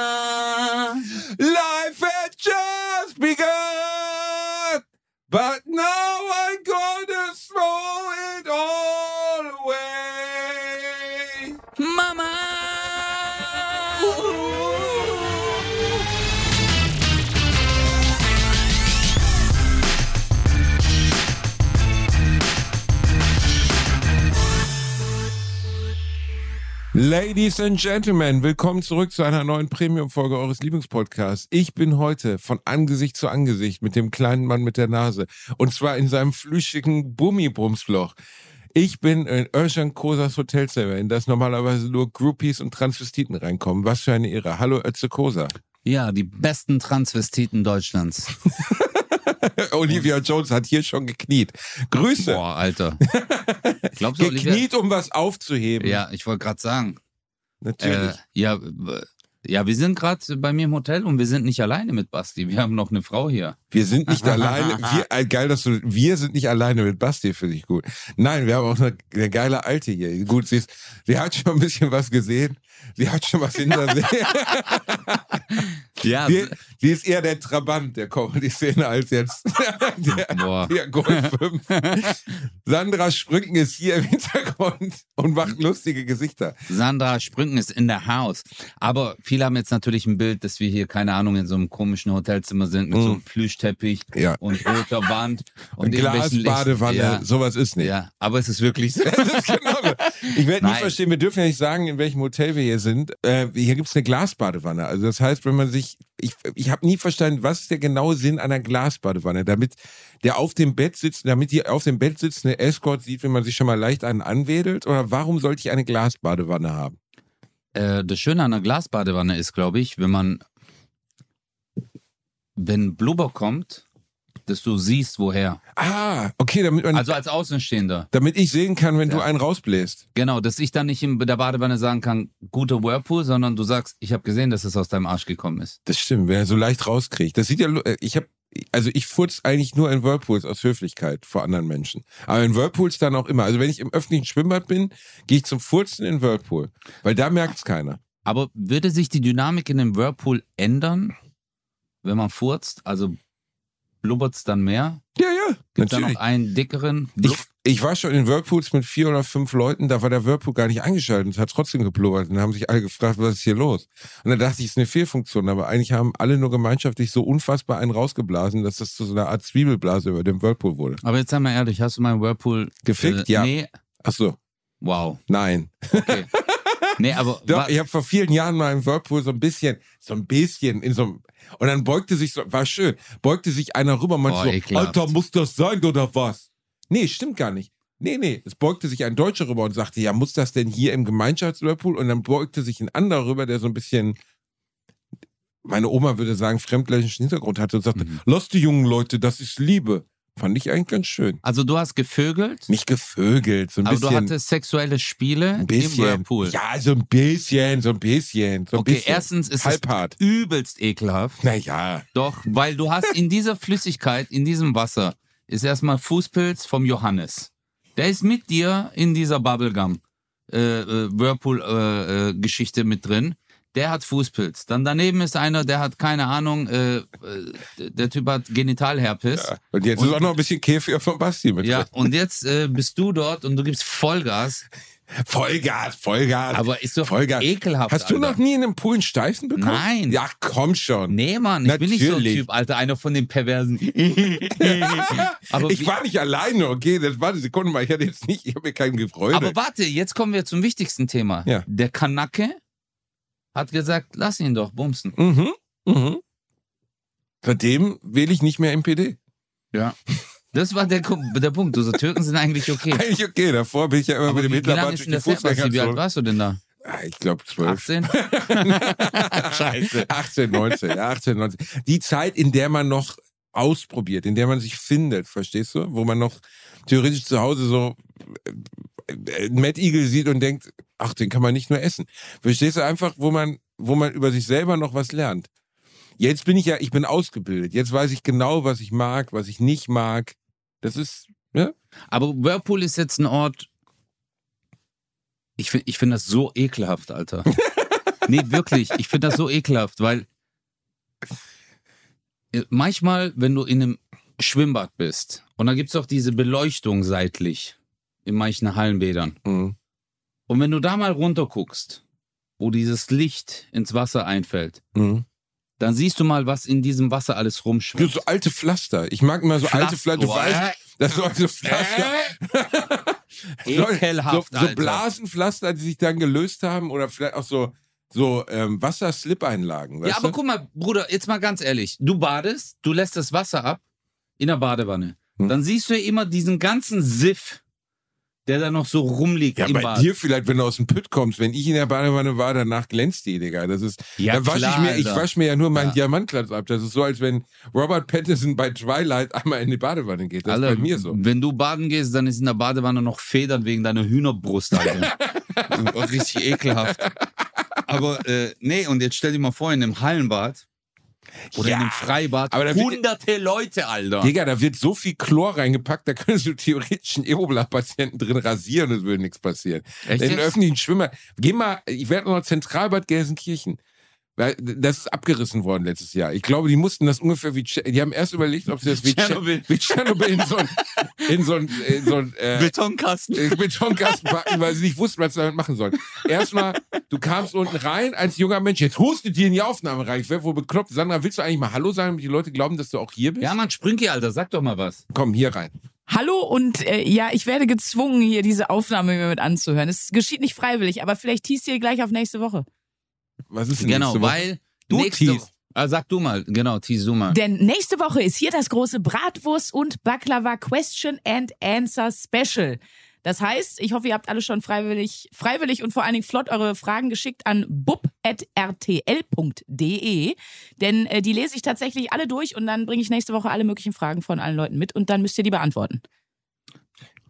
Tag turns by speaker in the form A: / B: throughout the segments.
A: Mama.
B: Life had just begun, but now I'm gonna throw it all away.
A: Mama.
B: Ladies and Gentlemen, willkommen zurück zu einer neuen Premium-Folge eures Lieblingspodcasts. Ich bin heute von Angesicht zu Angesicht mit dem kleinen Mann mit der Nase. Und zwar in seinem flüchtigen Bummibrumsloch. Ich bin in Özcan Kosas Hotelzimmer, in das normalerweise nur Groupies und Transvestiten reinkommen. Was für eine Irre. Hallo Ötze Kosa.
A: Ja, die besten Transvestiten Deutschlands.
B: Olivia Jones hat hier schon gekniet. Grüße.
A: Boah, Alter. Glaubst du, Olivia?
B: gekniet, um was aufzuheben.
A: Ja, ich wollte gerade sagen. Äh,
B: Natürlich.
A: ja, w- ja, wir sind gerade bei mir im Hotel und wir sind nicht alleine mit Basti. Wir haben noch eine Frau hier.
B: Wir sind
A: Ah,
B: nicht alleine. Wir, äh, geil, dass du, wir sind nicht alleine mit Basti, finde ich gut. Nein, wir haben auch eine, eine geile Alte hier. Gut, sie, ist, sie hat schon ein bisschen was gesehen. Sie hat schon was hinter sich.
A: Ja,
B: Sie, sie ist eher der Trabant der Comedy-Szene als jetzt der,
A: boah.
B: der Golf 5. Sandra Sprünken ist hier im Hintergrund und macht lustige Gesichter.
A: Sandra Sprünken ist in der House. Aber viele haben jetzt natürlich ein Bild, dass wir hier, keine Ahnung, in so einem komischen Hotelzimmer sind mit so einem Plüschteppich
B: Mhm. Ja.
A: und roter Wand und
B: Glas,
A: irgendwelchen Licht-
B: Badewanne,
A: Ja,
B: sowas ist nicht.
A: ja, aber es ist wirklich so.
B: Das ist genau so. Ich werde nicht
A: Nein.
B: verstehen, wir dürfen ja nicht sagen, in welchem Hotel wir hier sind. Äh, hier gibt es eine Glasbadewanne. Also das heißt, wenn man sich, ich, ich habe nie verstanden, was ist der genaue Sinn einer Glasbadewanne, damit der auf dem Bett sitzt, damit die auf dem Bett sitzende Escort sieht, wenn man sich schon mal leicht einen anwedelt? Oder warum sollte ich eine Glasbadewanne haben?
A: Äh, das Schöne an einer Glasbadewanne ist, glaube ich, wenn man, wenn Blubber kommt, dass du siehst, woher.
B: Ah, okay, damit, man,
A: Also als Außenstehender.
B: damit ich sehen kann, wenn du
A: Ja.
B: einen rausbläst.
A: Genau, dass ich dann nicht in der Badewanne sagen kann, guter Whirlpool, sondern du sagst, ich habe gesehen, dass es aus deinem Arsch gekommen ist.
B: Das stimmt, wer so leicht rauskriegt. Das sieht ja, lu- äh, ich habe, also ich furz eigentlich nur in Whirlpools aus Höflichkeit vor anderen Menschen. Aber in Whirlpools dann auch immer. Also wenn ich im öffentlichen Schwimmbad bin, gehe ich zum Furzen in den Whirlpool, weil da merkt's keiner.
A: Aber würde sich die Dynamik in dem Whirlpool ändern, wenn man furzt? Also blubbert's dann mehr?
B: Ja, ja,
A: Gibt da
B: natürlich.
A: noch einen dickeren?
B: Ich,
A: Blub
B: ich war schon in Whirlpools mit vier oder fünf Leuten, da war der Whirlpool gar nicht angeschaltet, es hat trotzdem geblubbert und dann haben sich alle gefragt, was ist hier los? Und dann dachte ich, es ist eine Fehlfunktion, aber eigentlich haben alle nur gemeinschaftlich so unfassbar einen rausgeblasen, dass das zu so einer Art Zwiebelblase über dem Whirlpool wurde.
A: Aber jetzt sei mal ehrlich, hast du meinen Whirlpool...
B: Gefickt?
A: äh,
B: ja.
A: Nee,
B: Ach so,
A: wow.
B: nein.
A: Okay. nee, aber...
B: Doch,
A: wa-
B: ich habe vor vielen Jahren mal im Whirlpool so ein bisschen, so ein bisschen in so einem. Und dann beugte sich so, war schön, beugte sich einer rüber und
A: Boah,
B: meinte so,
A: ekelhaft.
B: Alter, muss das sein oder was? Nee, stimmt gar nicht. Nee, nee, es beugte sich ein Deutscher rüber und sagte, ja, muss das denn hier im Gemeinschafts-Whirlpool? Und dann beugte sich ein anderer rüber, der so ein bisschen, meine Oma würde sagen, fremdländischen Hintergrund hatte und sagte,
A: Mhm.
B: lass die jungen Leute, das ist Liebe. Fand ich eigentlich ganz schön.
A: also du hast gevögelt,
B: Nicht gevögelt, so ein
A: aber
B: bisschen.
A: du hattest sexuelle Spiele
B: ein
A: im
B: bisschen.
A: Whirlpool.
B: Ja, so ein bisschen, so ein bisschen. So ein
A: okay,
B: bisschen.
A: erstens ist es
B: Halbhart.
A: übelst ekelhaft.
B: Naja.
A: Doch, weil du hast in dieser Flüssigkeit, in diesem Wasser, ist erstmal Fußpilz vom Johannes. Der ist mit dir in dieser Bubblegum äh, äh, Whirlpool äh, äh, Geschichte mit drin. Der hat Fußpilz. Dann daneben ist einer, der hat keine Ahnung, äh, äh, der Typ hat Genitalherpes. Ja.
B: Und jetzt ist
A: Und-
B: auch noch ein bisschen Käfir von Basti mit drin.
A: und jetzt äh, bist du dort und du gibst Vollgas,
B: Vollgas, Vollgas.
A: aber ist doch
B: Vollgas.
A: ekelhaft.
B: Also, Hast du
A: Alter.
B: noch nie in einem Pool einen Steifen bekommen?
A: Nein.
B: Ja, komm schon.
A: Nee, Mann, ich bin nicht so ein
B: Natürlich.
A: Typ, Alter, einer von den perversen. aber
B: ich
A: wie-
B: war nicht alleine, okay? Das war eine Sekunde mal. Ich hatte jetzt nicht, ich habe mir keinen Gefreude.
A: Aber warte, jetzt kommen wir zum wichtigsten Thema.
B: Ja.
A: Der Kanake hat gesagt, lass ihn doch bumsen.
B: mhm, mhm. Seitdem wähle ich nicht mehr MPD.
A: Ja. Das war der, Ku- der Punkt. Also Türken sind eigentlich okay.
B: Eigentlich okay, davor bin ich ja immer
A: Aber
B: mit dem
A: wie, wie lange
B: Hitlerband
A: ist
B: durch die
A: denn das her, Basti? Wie alt
B: Fußgängerzone.
A: warst du denn da?
B: Ah, Ich glaube zwölf.
A: 18? Scheiße.
B: 18, 19, ja, 18, 19. Die Zeit, in der man noch ausprobiert, in der man sich findet, verstehst du? Wo man noch theoretisch zu Hause so äh, äh, Mad Eagle sieht und denkt, ach, den kann man nicht nur essen. Verstehst du einfach, wo man, wo man über sich selber noch was lernt. Jetzt bin ich ja, ich bin ausgebildet. Jetzt weiß ich genau, was ich mag, was ich nicht mag. Das ist, ne?
A: Aber Whirlpool ist jetzt ein Ort. Ich finde ich find das so ekelhaft, Alter. Nee, wirklich. Ich finde das so ekelhaft, weil äh, manchmal, wenn du in einem Schwimmbad bist und da gibt's auch diese Beleuchtung seitlich in manchen Hallenbädern.
B: Mhm.
A: Und wenn du da mal runter guckst, wo dieses Licht ins Wasser einfällt,
B: Mhm.
A: dann siehst du mal, was in diesem Wasser alles
B: Ja,
A: rumschwimmt.
B: so alte Pflaster. Ich mag immer so alte Pflaster.
A: Pflaster.
B: Du weißt, das sind so Pflaster. Leute,
A: Ekelhaft,
B: so, so
A: Alter.
B: Blasenpflaster, die sich dann gelöst haben oder vielleicht auch so, so ähm, Wasserslip-Einlagen.
A: Ja,
B: weißt
A: aber
B: du?
A: guck mal, Bruder, jetzt mal ganz ehrlich. Du badest, du lässt das Wasser ab in der Badewanne.
B: Hm.
A: Dann siehst du ja immer diesen ganzen Siff, der da noch so rumliegt
B: Ja,
A: im
B: bei
A: Bad.
B: dir vielleicht, wenn du aus dem Pütt kommst, wenn ich in der Badewanne war, danach glänzt die, Digga. Das ist,
A: Ja,
B: dann wasche ich
A: klar,
B: mir, ich
A: Alter.
B: wasche mir ja nur meinen
A: Ja.
B: Diamantklatsch ab. Das ist so, als wenn Robert Pattinson bei Twilight einmal in die Badewanne geht. Das
A: Alter,
B: ist bei mir so.
A: Wenn du baden gehst, dann ist in der Badewanne noch Federn wegen deiner Hühnerbrust, Alter. Oh, Richtig ekelhaft. Aber äh, nee, und jetzt stell dir mal vor, in einem Hallenbad oder
B: Ja,
A: in einem Freibad,
B: aber da wird-
A: hunderte Leute, Alter.
B: Digga, da wird so viel Chlor reingepackt, da könntest du theoretisch einen Ebola-Patienten drin rasieren, es würde nichts passieren.
A: Echt
B: In
A: jetzt?
B: öffentlichen Schwimmer. Geh mal, ich werde noch Zentralbad Gelsenkirchen. Weil, Das ist abgerissen worden letztes Jahr. Ich glaube, die mussten das ungefähr wie. Tsche- Die haben erst überlegt, ob sie das wie
A: Tschernobyl.
B: Tsche- wie Tschernobyl in so ein, in so ein, in so ein äh,
A: Betonkasten.
B: äh, Betonkasten packen, weil sie nicht wussten, was sie damit machen sollen. Erstmal, du kamst unten rein als junger Mensch, jetzt hustet dir in die Aufnahme rein. Ich wäre wohl bekloppt. Sandra, willst du eigentlich mal Hallo sagen, damit die Leute glauben, dass du auch hier bist?
A: Ja, Mann, Sprünki, Alter, sag doch mal was.
B: Komm, hier rein.
C: Hallo und äh, ja, ich werde gezwungen, hier diese Aufnahme mir mit anzuhören. Es geschieht nicht freiwillig, aber vielleicht hieß ihr gleich auf nächste Woche.
B: Was ist denn
A: Genau,
B: nächste Woche?
A: weil
B: Du
A: nächste,
B: teast.
A: Ah, sag du mal, genau, tease du mal.
C: Denn nächste Woche ist hier das große Bratwurst und Baklava Question and Answer Special. Das heißt, ich hoffe, ihr habt alle schon freiwillig, freiwillig und vor allen Dingen flott eure Fragen geschickt an bub.rtl.de. Denn äh, die lese ich tatsächlich alle durch und dann bringe ich nächste Woche alle möglichen Fragen von allen Leuten mit und dann müsst ihr die beantworten.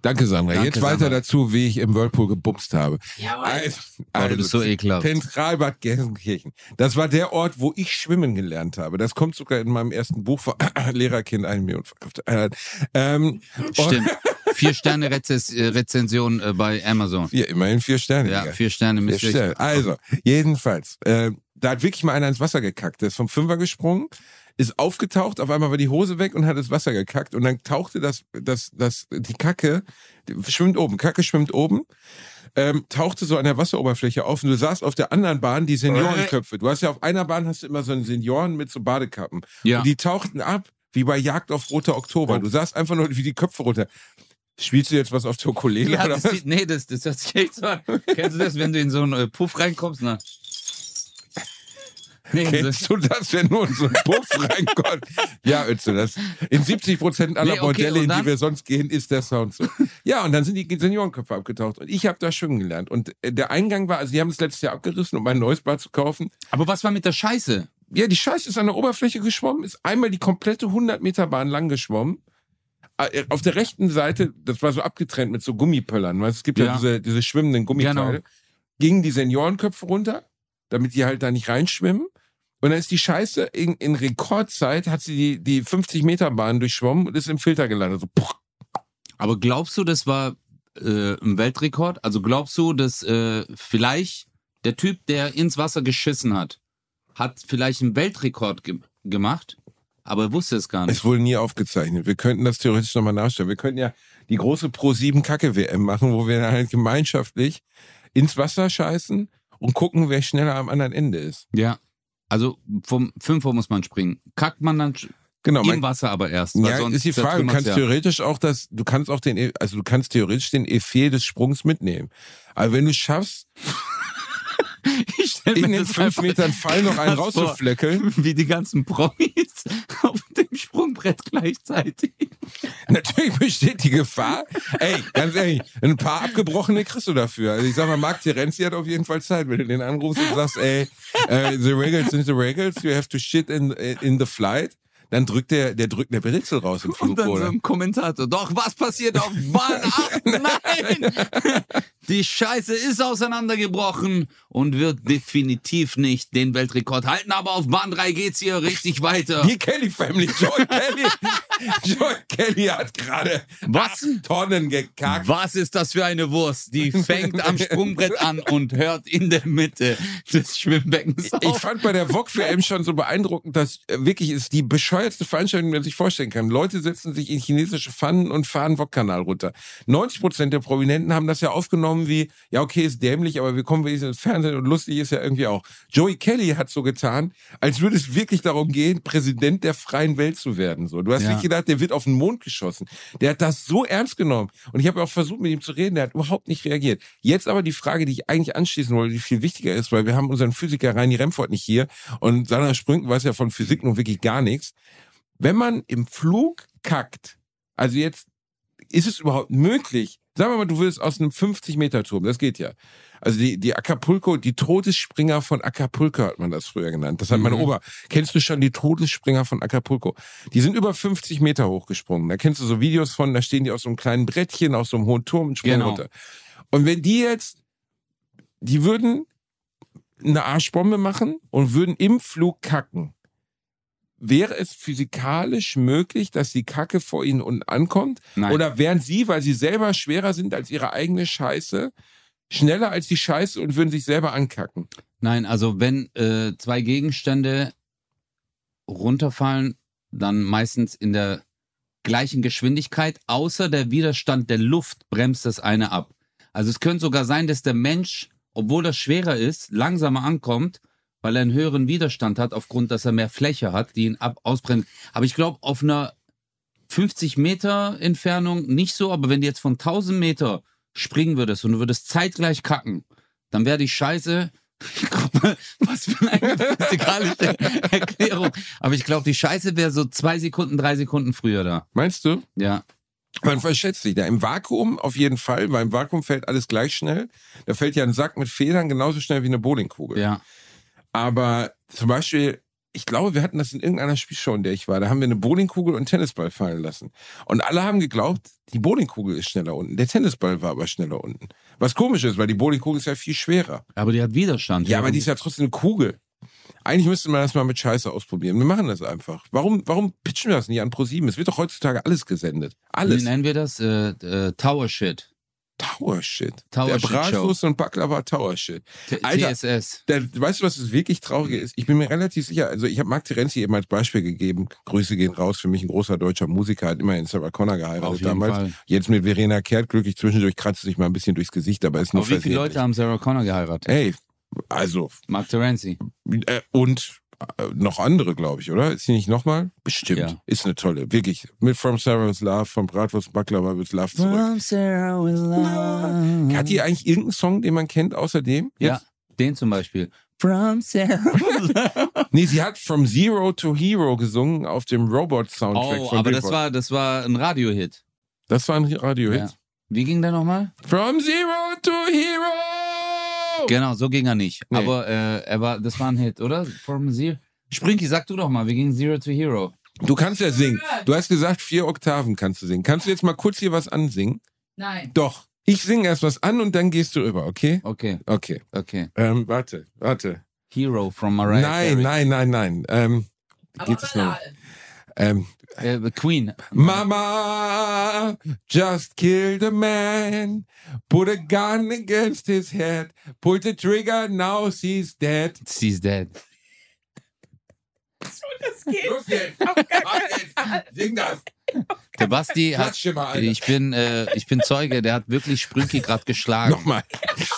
B: Danke, Sandra.
A: Danke,
B: Jetzt weiter
A: Sandra.
B: dazu, wie ich im Whirlpool gebumst habe. Also,
A: Boah, du bist so ekelhaft.
B: Zentralbad Gelsenkirchen. Das war der Ort, wo ich schwimmen gelernt habe. Das kommt sogar in meinem ersten Buch vor Lehrerkind eine Million verkauft. Äh, Ähm,
A: Stimmt. Vier Sterne Rezes äh, Rezension äh, bei Amazon.
B: ja, immerhin vier Sterne.
A: Ja,
B: Digga.
A: vier Sterne
B: Vier
A: müsst ihr.
B: Sterne. Also, jedenfalls, äh, da hat wirklich mal einer ins Wasser gekackt. Der ist vom Fünfer gesprungen, ist aufgetaucht, auf einmal war die Hose weg und hat ins Wasser gekackt. Und dann tauchte das, das, das, die Kacke, die schwimmt oben, Kacke schwimmt oben. ähm, tauchte so an der Wasseroberfläche auf und du saßt auf der anderen Bahn die Seniorenköpfe. Du hast ja auf einer Bahn hast du immer so einen Senioren mit so Badekappen.
A: Ja.
B: Und die tauchten ab, wie bei Jagd auf Roter Oktober. Du saßt einfach nur wie die Köpfe runter. Spielst du jetzt was auf der Ukulele
A: Ja,
B: oder
A: das
B: was?
A: sieht, nee, das, das hört sich echt so an. Kennst du das, wenn du in so einen äh, Puff reinkommst? Na. Nee, das,
B: Kennst du das, wenn nur in so ein Puff reinkommt? Ja, Ötze, das in 70 Prozent aller
A: Nee, okay,
B: Bordelle,
A: und
B: in die
A: dann?
B: wir sonst gehen, ist der Sound so. Ja, und dann sind die Seniorenköpfe abgetaucht und ich habe da schwimmen gelernt. Und äh, der Eingang war, also die haben es letztes Jahr abgerissen, um ein neues Bad zu kaufen.
A: aber was war mit der Scheiße?
B: ja, die Scheiße ist an der Oberfläche geschwommen, ist einmal die komplette 100 Meter Bahn lang geschwommen. Äh, Auf der rechten Seite, das war so abgetrennt mit so Gummipöllern, weil es gibt ja,
A: Ja.
B: diese, diese schwimmenden Gummiteile,
A: Genau.
B: gingen die Seniorenköpfe runter, damit die halt da nicht reinschwimmen. Und dann ist die Scheiße in, in Rekordzeit, hat sie die, die 50 Meter Bahn durchschwommen und ist im Filter gelandet. So, puch.
A: Aber glaubst du, das war äh, ein Weltrekord? Also glaubst du, dass äh, vielleicht der Typ, der ins Wasser geschissen hat, hat vielleicht einen Weltrekord ge gemacht, aber er wusste es gar nicht.
B: Ist wohl nie aufgezeichnet. Wir könnten das theoretisch nochmal nachstellen. Wir könnten ja die große Pro-7-Kacke-WM machen, wo wir dann halt gemeinschaftlich ins Wasser scheißen und gucken, wer schneller am anderen Ende ist.
A: Ja. Also vom 5 Uhr muss man springen. Kackt man dann sch-
B: Genau.
A: im
B: Man,
A: Wasser aber erst. weil
B: ja,
A: sonst
B: ist die Frage. Du
A: zertrümmert's
B: kannst
A: ja.
B: theoretisch auch das, du kannst auch den, E- also du kannst theoretisch den Effet des Sprungs mitnehmen. Aber wenn du es schaffst,
A: Ich stell mir
B: in den
A: das
B: fünf
A: einfach
B: Metern Fall noch einen
A: krass vor.
B: rauszufleckeln,
A: Wie die ganzen Promis auf dem Sprungbrett gleichzeitig.
B: Natürlich besteht die Gefahr. Ey, ganz ehrlich, ein paar abgebrochene kriegst du dafür. Also ich sag mal, Marc Terenzi hat auf jeden Fall Zeit, wenn du den anrufst und sagst, ey, äh, the regals sind the regals, you have to shit in, in the flight. dann drückt der, der drückt eine Britzel raus im
A: Und dann so
B: Flugbruder.
A: ein Kommentator. Doch, was passiert auf Bahn 8? Nein! Die Scheiße ist auseinandergebrochen und wird definitiv nicht den Weltrekord halten. Aber auf Bahn 3 geht's hier richtig weiter.
B: Die Kelly Family, Joy Kelly. Joy Kelly hat gerade
A: Was?
B: acht Tonnen gekackt.
A: Was ist das für eine Wurst? Die fängt am Sprungbrett an und hört in der Mitte des Schwimmbeckens
B: Ich
A: auf.
B: fand bei der Vogue WM schon so beeindruckend, dass äh, wirklich ist die bescheuertste Veranstaltung, die man sich vorstellen kann. Leute setzen sich in chinesische Pfannen und fahren Vogue-Kanal runter. 90 Prozent der Prominenten haben das ja aufgenommen wie, ja okay, ist dämlich, aber wir kommen wenigstens ins Fernsehen und lustig ist ja irgendwie auch. Joey Kelly hat so getan, als würde es wirklich darum gehen, Präsident der freien Welt zu werden. So, du hast
A: Ja.
B: nicht gedacht, der wird auf den Mond geschossen. Der hat das so ernst genommen und ich habe auch versucht, mit ihm zu reden. Der hat überhaupt nicht reagiert. Jetzt aber die Frage, die ich eigentlich anschließen wollte, die viel wichtiger ist, weil wir haben unseren Physiker Reini Remford nicht hier und Sandra Sprünken weiß ja von Physik nun wirklich gar nichts. Wenn man im Flug kackt, also jetzt ist es überhaupt möglich? Sagen wir mal, du würdest aus einem 50-Meter-Turm, das geht ja. Also die, die Acapulco, die Todesspringer von Acapulco hat man das früher genannt. Das hat meine
A: Mhm.
B: Oma. Kennst du schon die Todesspringer von Acapulco? Die sind über 50 Meter hochgesprungen. Da kennst du so Videos von, da stehen die auf so einem kleinen Brettchen, auf so einem hohen Turm und springen
A: Genau.
B: runter. Und wenn die jetzt, die würden eine Arschbombe machen und würden im Flug kacken. Wäre es physikalisch möglich, dass die Kacke vor ihnen unten ankommt?
A: Nein.
B: Oder wären sie, weil sie selber schwerer sind als ihre eigene Scheiße, schneller als die Scheiße und würden sich selber ankacken?
A: Nein, also wenn äh, zwei Gegenstände runterfallen, dann meistens in der gleichen Geschwindigkeit, außer der Widerstand der Luft bremst das eine ab. Also es könnte sogar sein, dass der Mensch, obwohl er schwerer ist, langsamer ankommt, weil er einen höheren Widerstand hat, aufgrund, dass er mehr Fläche hat, die ihn ab ausbremst. Aber ich glaube, auf einer 50 Meter Entfernung nicht so, aber wenn du jetzt von 1000 Meter springen würdest und du würdest zeitgleich kacken, dann wäre die Scheiße. Guck mal, Was für eine physikalische Erklärung. Aber ich glaube, die Scheiße wäre so zwei Sekunden, drei Sekunden früher da.
B: Meinst du?
A: Ja.
B: Man verschätzt sich da. Im Vakuum auf jeden Fall, weil im Vakuum fällt alles gleich schnell. Da fällt ja ein Sack mit Federn genauso schnell wie eine Bowlingkugel.
A: Ja.
B: Aber zum Beispiel, ich glaube, wir hatten das in irgendeiner Spielshow, in der ich war. Da haben wir eine Bowlingkugel und einen Tennisball fallen lassen. Und alle haben geglaubt, die Bowlingkugel ist schneller unten. Der Tennisball war aber schneller unten. Was komisch ist, weil die Bowlingkugel ist ja viel schwerer.
A: Aber die hat Widerstand.
B: Ja, aber die ist ja trotzdem eine Kugel. Eigentlich müsste man das mal mit Scheiße ausprobieren. Wir machen das einfach. Warum, warum pitchen wir das nicht an ProSieben? Es wird doch heutzutage alles gesendet.
A: Wie
B: Alles.
A: nennen wir das? Äh, äh, Tower Shit.
B: Tower Shit.
A: Tower
B: Der
A: Shit
B: Bratwurst und Baklava Tower Shit.
A: T
B: Alter.
A: TSS.
B: Da, weißt du, was das wirklich Traurige ist? Ich bin mir relativ sicher, also ich habe Mark Terenzi eben als Beispiel gegeben. Grüße gehen raus. Für mich ein großer deutscher Musiker, hat immerhin Sarah Connor geheiratet
A: Auf jeden
B: damals.
A: Fall.
B: Jetzt mit Verena Kehrt glücklich zwischendurch kratzt sich mal ein bisschen durchs Gesicht, aber ist nur
A: Aber wie viele Leute
B: versehentlich.
A: haben Sarah Connor geheiratet?
B: Hey, also
A: Mark Terenzi.
B: Äh, und äh, noch andere, glaube ich, oder? Ist sie nicht nochmal? Bestimmt.
A: Ja.
B: Ist eine tolle, wirklich. Mit From Sarah's Love, von Bratwurst Baklava with Love zurück.
A: Sarah with love.
B: Hat die eigentlich irgendeinen Song, den man kennt, außerdem?
A: Ja, den zum Beispiel. From Sarah.
B: Nee, sie hat From Zero to Hero gesungen auf dem Robot-Soundtrack
A: Oh,
B: von
A: aber das
B: Billboard.
A: war, das war ein Radiohit.
B: das war ein Radiohit.
A: Ja. Wie ging der nochmal?
B: From Zero to Hero!
A: Genau, so ging er nicht.
B: Oh. Nee.
A: Aber äh, er war, das war ein Hit, oder? From Zero. Sprinky, sag du doch mal, wir gingen Zero to Hero.
B: Du kannst ja singen. Du hast gesagt, vier Oktaven kannst du singen. Kannst du jetzt mal kurz hier was ansingen?
C: Nein.
B: Doch. Ich singe erst was an und dann gehst du über, okay?
A: Okay,
B: Okay.
A: okay.
B: Ähm, warte, warte.
A: Hero from Mariah
B: nein, nein, nein, nein, Ähm, geht es noch? Ähm,
A: Carey. Äh, Queen.
B: Mama just killed a man, put a gun against his head, pulled the trigger, now she's dead.
A: She's dead.
C: Das geht.
B: Los jetzt, mach jetzt, sing das,
A: Der Basti hat...
B: klatsch dir mal ein.
A: Ich bin, äh, ich bin Zeuge, der hat wirklich Sprünky gerade geschlagen.
B: Nochmal.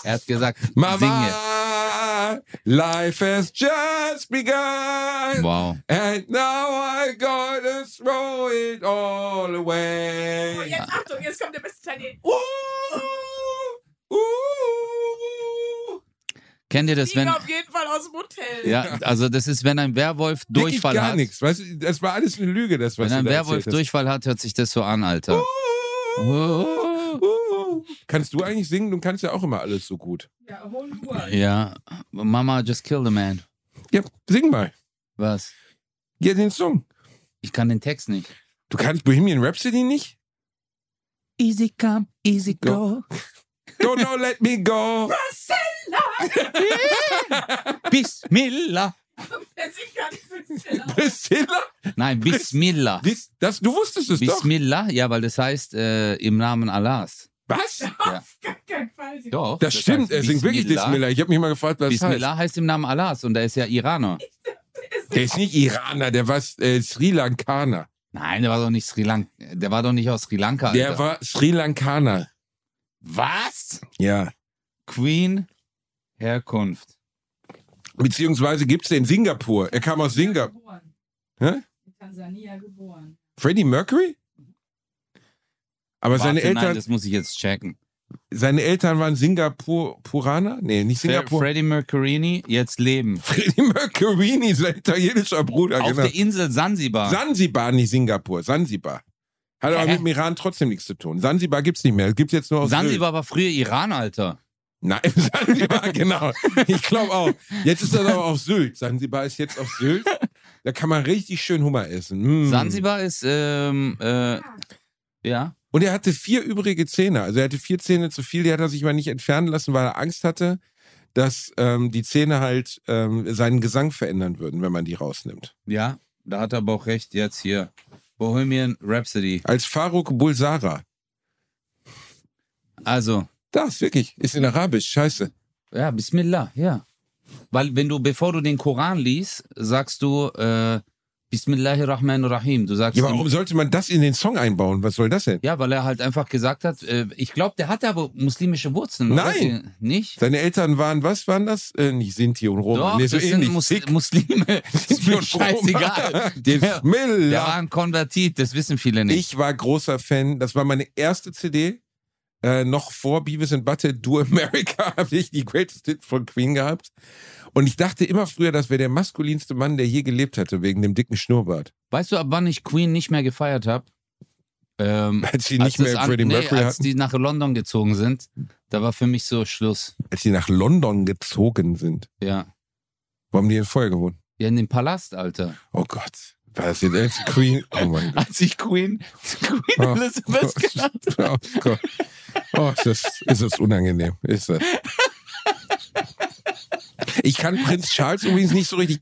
A: Er hat gesagt, sing jetzt.
B: Mama, life has just begun.
A: Wow.
B: And now I'm gonna throw it all away.
C: Und Oh, jetzt Achtung, jetzt kommt der beste Teil. hier.
B: Uh, uh,
A: Kennt ihr das,
C: Fliegen
A: wenn...
C: auf jeden Fall aus dem Hotel.
A: Ja, also das ist, wenn ein Werwolf Durchfall
B: gar
A: hat.
B: nichts. Weißt du, das war alles eine Lüge, das was
A: Wenn ein
B: du da
A: Werwolf
B: erzählt
A: Durchfall hat, hört sich das so an, Alter.
B: hast. Uh, uh. Kannst du eigentlich singen? Du kannst ja auch immer alles so gut.
C: Ja, hol nur.
A: Ja, Mama just killed a man.
B: Ja, sing mal.
A: Was?
B: Ja, den Song.
A: Ich kann den Text nicht.
B: Du kannst Bohemian Rhapsody nicht?
A: Easy come, easy go.
B: Don't know, let me go.
A: Bismillah.
B: Priscilla?
A: Nein, Bismillah.
B: Dies, das, du wusstest es doch.
A: Bismillah, ja, weil das heißt äh, im Namen Allahs.
B: Was?
A: Doch.
B: Das stimmt,
A: heißt
B: er singt wirklich Bismillah. Ich habe mich mal gefragt, was das heißt.
A: Bismillah heißt im Namen Allahs und er ist ja Iraner.
B: Der ist nicht Iraner, der war äh, Sri Lankaner.
A: Nein, der war doch nicht Sri Lanka. Der war doch nicht aus Sri Lanka. Alter.
B: Der war Sri Lankaner.
A: Was?
B: Ja.
A: Queen Herkunft.
B: Beziehungsweise gibt's den in Singapur. Er kam aus Singapur. Hä?
C: In Tansania geboren.
B: Freddie Mercury? Aber seine
A: Warte,
B: Eltern,
A: Nein, das muss ich jetzt checken.
B: seine Eltern waren Singapur-Puraner? Nee, nicht
A: Fre
B: Singapur.
A: Freddie Mercurini, jetzt leben.
B: Freddie Mercurini, sein italienischer Bruder,
A: Auf
B: genau.
A: der Insel Sansibar.
B: Sansibar, nicht Singapur, Sansibar. Hat aber
A: Hä?
B: mit dem Iran trotzdem nichts zu tun. Sansibar gibt's nicht mehr. Es Gibt's jetzt nur aus
A: Sansibar war früher Iran,
B: Sylt.
A: Alter.
B: Nein, Sansibar, genau. Ich glaube auch. Jetzt ist das aber auf Sylt. Sansibar ist jetzt auf Sylt. Da kann man richtig schön Hummer
A: Hm.
B: essen. Mm.
A: Sansibar ist, ähm, äh, ja.
B: Und er hatte vier übrige Zähne. Also er hatte vier Zähne zu viel. Die hat er sich mal nicht entfernen lassen, weil er Angst hatte, dass ähm, die Zähne halt ähm, seinen Gesang verändern würden, wenn man die rausnimmt.
A: Ja, da hat er aber auch recht, jetzt hier. Bohemian Rhapsody.
B: Als Faruk Bulsara.
A: Also,
B: Das, wirklich. Ist in Arabisch. Scheiße.
A: ja, Bismillah, ja. Weil wenn du, bevor du den Koran liest, sagst du, äh, Bismillahirrahmanirrahim. Du sagst,
B: Ja, aber warum sollte man das in den Song einbauen? Was soll das denn?
A: Ja, weil er halt einfach gesagt hat, äh, ich glaube, der hatte aber muslimische Wurzeln. oder?
B: Nein.
A: Nicht?
B: Seine Eltern waren, was waren das? Äh, nicht Sinti und Roma.
A: Doch,
B: nee,
A: das
B: so
A: sind
B: ähnlich.
A: Mus
B: Sikh,
A: Muslime. Ist mir
B: Sinti und Roma.
A: scheißegal. Der, der war
B: Bismillah.
A: ein Konvertit, das wissen viele nicht.
B: Ich war großer Fan. Das war meine erste CD. Äh, noch vor Beavis and Butthead Do America habe ich die Greatest Hits von Queen gehabt. Und ich dachte immer früher, das wäre der maskulinste Mann, der je gelebt hatte, wegen dem dicken Schnurrbart.
A: Weißt du, ab wann ich Queen nicht mehr gefeiert habe? Ähm,
B: Als sie nicht
A: das
B: mehr
A: an-
B: Freddie
A: nee,
B: Mercury
A: als
B: hatten,
A: die nach London gezogen sind, da war für mich so Schluss.
B: als sie nach London gezogen sind.
A: Ja.
B: Wo haben die denn vorher gewohnt?
A: Ja, in dem Palast, Alter.
B: Oh Gott. War das jetzt echt Queen? Oh mein Gott.
A: Als ich Queen, Queen
B: Ah.
A: Elizabeth genannt habe.
B: Oh Gott. Oh, ist das, ist das unangenehm. Ist das. Ich kann Prinz Charles übrigens nicht so richtig,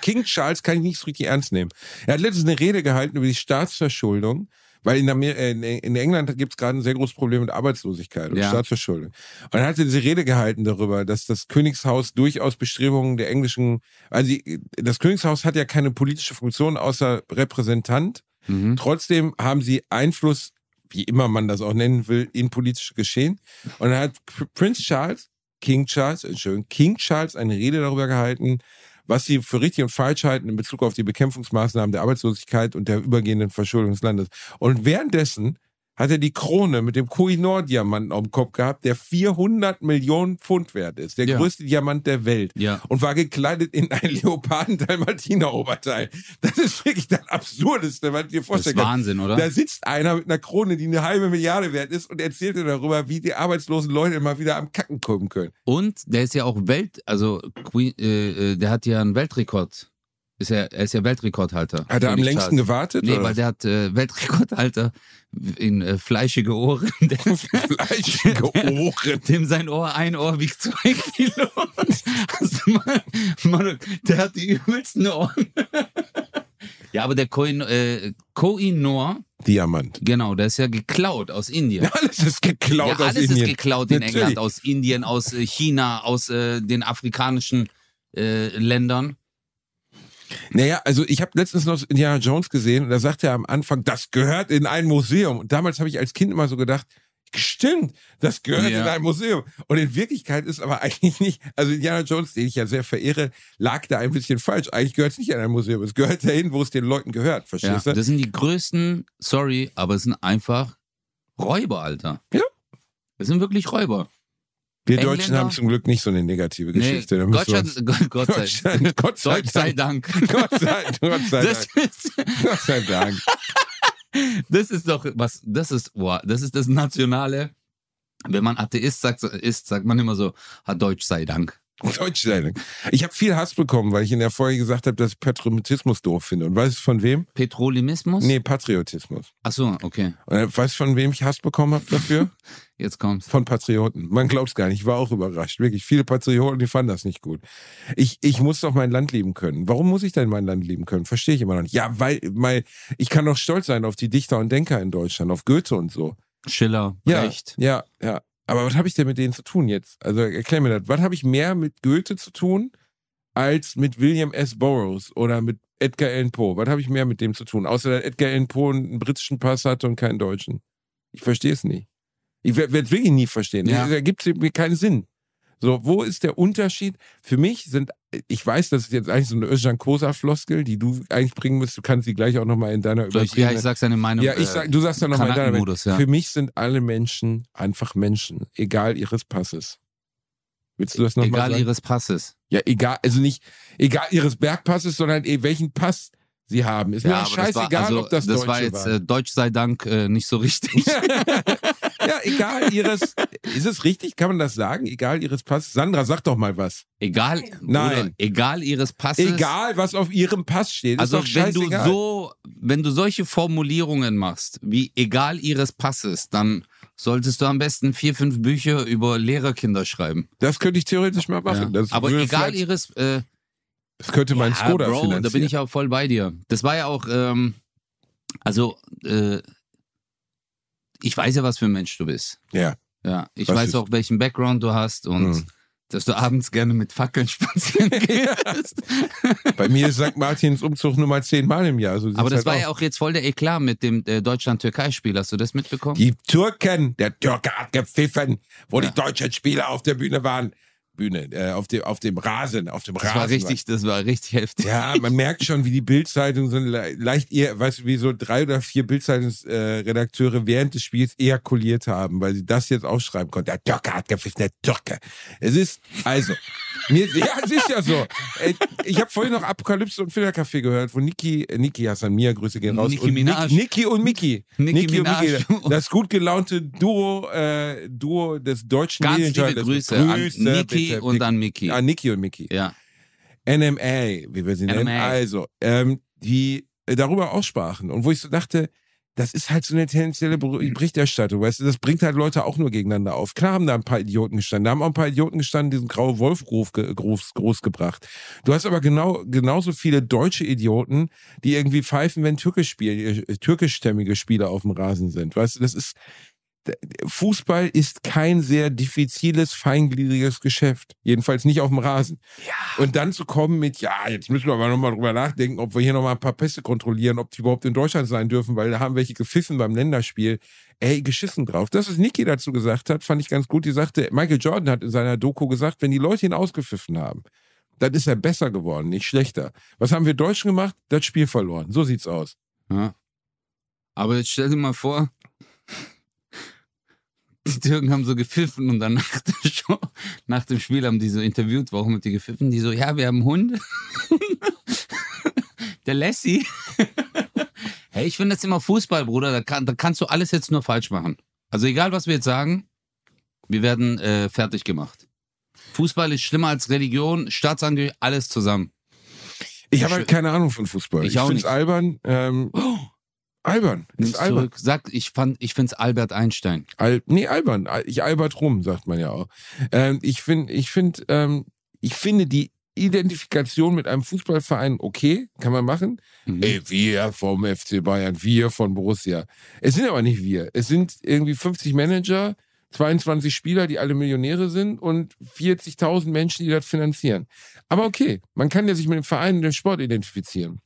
B: King Charles kann ich nicht so richtig ernst nehmen. Er hat letztens eine Rede gehalten über die Staatsverschuldung, weil in, Amer äh, in- in England gibt es gerade ein sehr großes Problem mit Arbeitslosigkeit und
A: Ja.
B: Staatsverschuldung. Und er hatte diese Rede gehalten darüber, dass das Königshaus durchaus Bestrebungen der englischen, also die, das Königshaus hat ja keine politische Funktion außer Repräsentant
A: Mhm.
B: Trotzdem haben sie Einfluss, wie immer man das auch nennen will, in politische Geschehen. Und dann hat Pr- Prinz Charles, King Charles, Entschuldigung, King Charles eine Rede darüber gehalten, was sie für richtig und falsch halten in Bezug auf die Bekämpfungsmaßnahmen der Arbeitslosigkeit und der übergehenden Verschuldung des Landes. Und währenddessen hat er die Krone mit dem Kohinoor-Diamanten auf dem Kopf gehabt, der 400 Millionen Pfund wert ist. Der
A: Ja.
B: größte Diamant der Welt
A: Ja.
B: und war gekleidet in
A: Hm.
B: ein Leoparden-Dalmatiner-Oberteil. Das ist wirklich das Absurdeste, was du dir
A: Das ist
B: vorstellen kannst.
A: Wahnsinn, ne? oder?
B: Da sitzt einer mit einer Krone, die eine halbe Milliarde wert ist und erzählt dir darüber, wie die arbeitslosen Leute mal wieder am Kacken kommen können.
A: Und der ist ja auch Welt, also Queen, äh, äh, der hat ja einen Weltrekord. Ist ja, er ist ja Weltrekordhalter.
B: Hat er am
A: König
B: längsten
A: Charles.
B: gewartet?
A: Nee,
B: oder?
A: weil der hat äh, Weltrekordhalter in äh, fleischige Ohren. Der,
B: fleischige Ohren.
A: dem sein Ohr, ein Ohr wiegt zwei Kilo. Hast du mal, Mann, der hat die übelsten Ohren. Ja, aber der Koin, äh, Koinor,
B: Diamant.
A: genau, der ist ja geklaut aus Indien.
B: Alles ist
A: Ja,
B: geklaut aus
A: alles ist
B: Indien.
A: geklaut in
B: Natürlich.
A: England, aus Indien, aus äh, China, aus äh, den afrikanischen äh, Ländern.
B: Naja, also ich habe letztens noch Indiana Jones gesehen und da sagte er am Anfang, das gehört in ein Museum. Und damals habe ich als Kind immer so gedacht, stimmt, das gehört
A: Ja.
B: in ein Museum. Und in Wirklichkeit ist aber eigentlich nicht, also Indiana Jones, den ich ja sehr verehre, lag da ein bisschen falsch. Eigentlich gehört es nicht in ein Museum. Es gehört dahin, wo es den Leuten gehört,
A: Ja,
B: verstehst du?
A: das sind die größten, sorry, aber es sind einfach Räuber, Alter.
B: Ja.
A: Es sind wirklich Räuber.
B: Wir
A: Engländer-
B: Deutschen haben zum Glück nicht so eine negative Geschichte. Da
A: Nee,
B: müssen
A: Gott,
B: wir
A: sei,
B: uns-
A: Gott, Gott sei Dank.
B: Deutschland, Gott sei
A: Gott sei
B: Dank.
A: Dank.
B: Gott sei Dank. Gott sei
A: Das
B: Dank.
A: ist,
B: Gott sei Dank.
A: das ist doch was, das ist, boah, das ist das Nationale. Wenn man Atheist sagt, ist, sagt man immer so, ah, Deutsch sei Dank.
B: Deutschlanding. Ich habe viel Hass bekommen, weil ich in der Folge gesagt habe, dass ich Patriotismus doof finde. Und weißt du von wem?
A: Petrolimismus?
B: Nee, Patriotismus.
A: Achso, okay.
B: Und äh, weißt du von wem ich Hass bekommen habe dafür?
A: Jetzt kommt's.
B: Von Patrioten. Man glaubt's gar nicht. Ich war auch überrascht. Wirklich. Viele Patrioten, die fanden das nicht gut. Ich, ich muss doch mein Land lieben können. Warum muss ich denn mein Land lieben können? Verstehe ich immer noch nicht. Ja, weil, weil ich kann doch stolz sein auf die Dichter und Denker in Deutschland, auf Goethe und so.
A: Schiller,
B: Ja,
A: Brecht.
B: ja, ja. Aber was habe ich denn mit denen zu tun jetzt? Also erklär mir das. Was habe ich mehr mit Goethe zu tun als mit William S. Burroughs oder mit Edgar Allan Poe? Was habe ich mehr mit dem zu tun? Außer dass Edgar Allan Poe einen britischen Pass hatte und keinen deutschen. Ich verstehe es nicht. Ich werde es wirklich nie verstehen.
A: Ja.
B: Da gibt es mir keinen Sinn. So, wo ist der Unterschied? Für mich sind, ich weiß, das ist jetzt eigentlich so eine Özcan Kosa-Floskel, die du eigentlich bringen musst. Du kannst sie gleich auch nochmal in deiner
A: Vielleicht, ja, ich
B: übertriebenen-
A: sag seine Meinung. äh,
B: ja, ich sag, du sagst ja nochmal deine
A: Kanakenmodus, ja.
B: Für mich sind alle Menschen einfach Menschen, egal ihres Passes. Willst du das nochmal
A: Egal
B: sagen?
A: ihres Passes.
B: ja, egal, also nicht egal ihres Bergpasses, sondern eh, welchen Pass sie haben. Ist mir
A: aber das war- also
B: scheißegal, ob das,
A: das
B: Deutsche
A: war jetzt
B: war.
A: Äh, Deutsch sei Dank äh, nicht so richtig. äh,
B: ja, egal ihres. ist es richtig? Kann man das sagen? Egal ihres Passes. Sandra, sag doch mal was.
A: egal, Bruder,
B: Nein.
A: egal ihres Passes.
B: Egal, was auf ihrem Pass steht. Ist
A: Also
B: doch
A: wenn du
B: scheißegal.
A: so, wenn du solche Formulierungen machst, wie egal ihres Passes, dann solltest du am besten vier, fünf Bücher über Lehrerkinder schreiben.
B: das könnte ich theoretisch mal
A: Ja.
B: machen. Das,
A: Aber
B: würde
A: egal
B: vielleicht-
A: ihres, äh,
B: das könnte mein
A: ja,
B: Skoda
A: Bro,
B: finanzieren.
A: da bin ich ja voll bei dir. Das war ja auch, ähm, also äh, ich weiß ja, was für ein Mensch du bist.
B: Ja.
A: Ja, ich
B: Was
A: weiß
B: ist-
A: auch, welchen Background du hast und
B: Mhm.
A: dass du abends gerne mit Fackeln spazieren gehst.
B: Bei mir ist St. Martins Umzug nur mal zehnmal im Jahr. So
A: Aber
B: sieht's
A: das war
B: halt
A: ja auch jetzt voll der Eklat mit dem äh, Deutschland-Türkei-Spiel. Hast du das mitbekommen?
B: Die Türken, der Türke hat gepfiffen, wo
A: Ja.
B: die deutschen Spieler auf der Bühne waren. Bühne, äh, auf, dem, auf dem Rasen, auf dem
A: Das
B: Rasen.
A: war richtig, das war richtig heftig.
B: Ja, man merkt schon, wie die Bildzeitung so le- leicht eher, weißt du, wie so drei oder vier Bildzeitungsredakteure äh, Redakteure während des Spiels ejakuliert haben, weil sie das jetzt aufschreiben konnten. Der Türke hat gepfiffen, der Türke. Es ist, also, mir, ist- ja, es ist ja so. Äh, Ich habe vorhin noch Apokalypse und Filterkaffee gehört, wo Niki, äh, Niki Hassan Mia, Grüße gehen raus.
A: Nicki
B: und Nik-
A: Minaj.
B: Niki und Miki.
A: Nicki Minaj.
B: und Miki. Das gut gelaunte Duo, äh, Duo des deutschen
A: Ganz liebe
B: Medienjournalismus.
A: Grüße, an Niki
B: bitte,
A: und an Miki.
B: An Niki und Miki.
A: Ja,
B: NMA, wie wir sie nennen.
A: NMA.
B: Also, ähm, die äh, darüber auch sprachen. Und wo ich so dachte, das ist halt so eine tendenzielle Ber- Berichterstattung, weißt du, das bringt halt Leute auch nur gegeneinander auf. Klar haben da ein paar Idioten gestanden, da haben auch ein paar Idioten gestanden, diesen graue Wolf groß, ge- groß, groß gebracht. Du hast aber genau, genauso viele deutsche Idioten, die irgendwie pfeifen, wenn türkisch Spiel, äh, türkischstämmige Spieler auf dem Rasen sind. Weißt du, das ist, d- d- Fußball ist kein sehr diffiziles, feingliedriges Geschäft. Jedenfalls nicht auf dem Rasen. Und dann zu kommen mit, ja, jetzt müssen wir aber nochmal drüber nachdenken, ob wir hier nochmal ein paar Pässe kontrollieren, ob die überhaupt in Deutschland sein dürfen, weil da haben welche gepfiffen beim Länderspiel. Ey, geschissen drauf. Das, was Niki dazu gesagt hat, fand ich ganz gut. Die sagte, Michael Jordan hat in seiner Doku gesagt, wenn die Leute ihn ausgepfiffen haben, dann ist er besser geworden, nicht schlechter. Was haben wir Deutschen gemacht? Das Spiel verloren. So sieht's aus.
A: ja. Aber jetzt stell dir mal vor, die Türken haben so gepfiffen und dann nach der Show, nach dem Spiel haben die so interviewt, warum haben die gepfiffen? Die so, ja, wir haben einen Hund. der Lassie. hey, ich finde das immer Fußball, Bruder. Da, kann, da kannst du alles jetzt nur falsch machen. Also egal, was wir jetzt sagen, wir werden äh, fertig gemacht. Fußball ist schlimmer als Religion, Staatsangehörigkeit, alles zusammen.
B: Ich
A: Ja,
B: habe halt
A: schön.
B: keine Ahnung von Fußball.
A: Ich
B: Ich,
A: auch
B: find's
A: nicht. Oh.
B: albern. Ähm, albern. Ist
A: Nimm's
B: albern.
A: zurück. Sag, ich fand, ich find's Albert Einstein.
B: Al nee, albern. Al- Ich albert rum, sagt man ja auch. Ähm, ich finde, ich finde, ähm, ich finde die Identifikation mit einem Fußballverein okay, kann man machen.
A: Mhm.
B: Ey, wir vom FC Bayern, wir von Borussia. Es sind aber nicht wir. Es sind irgendwie 50 Manager, 22 Spieler, die alle Millionäre sind und 40.000 Menschen, die das finanzieren. Aber okay, man kann ja sich mit dem Verein und dem Sport identifizieren.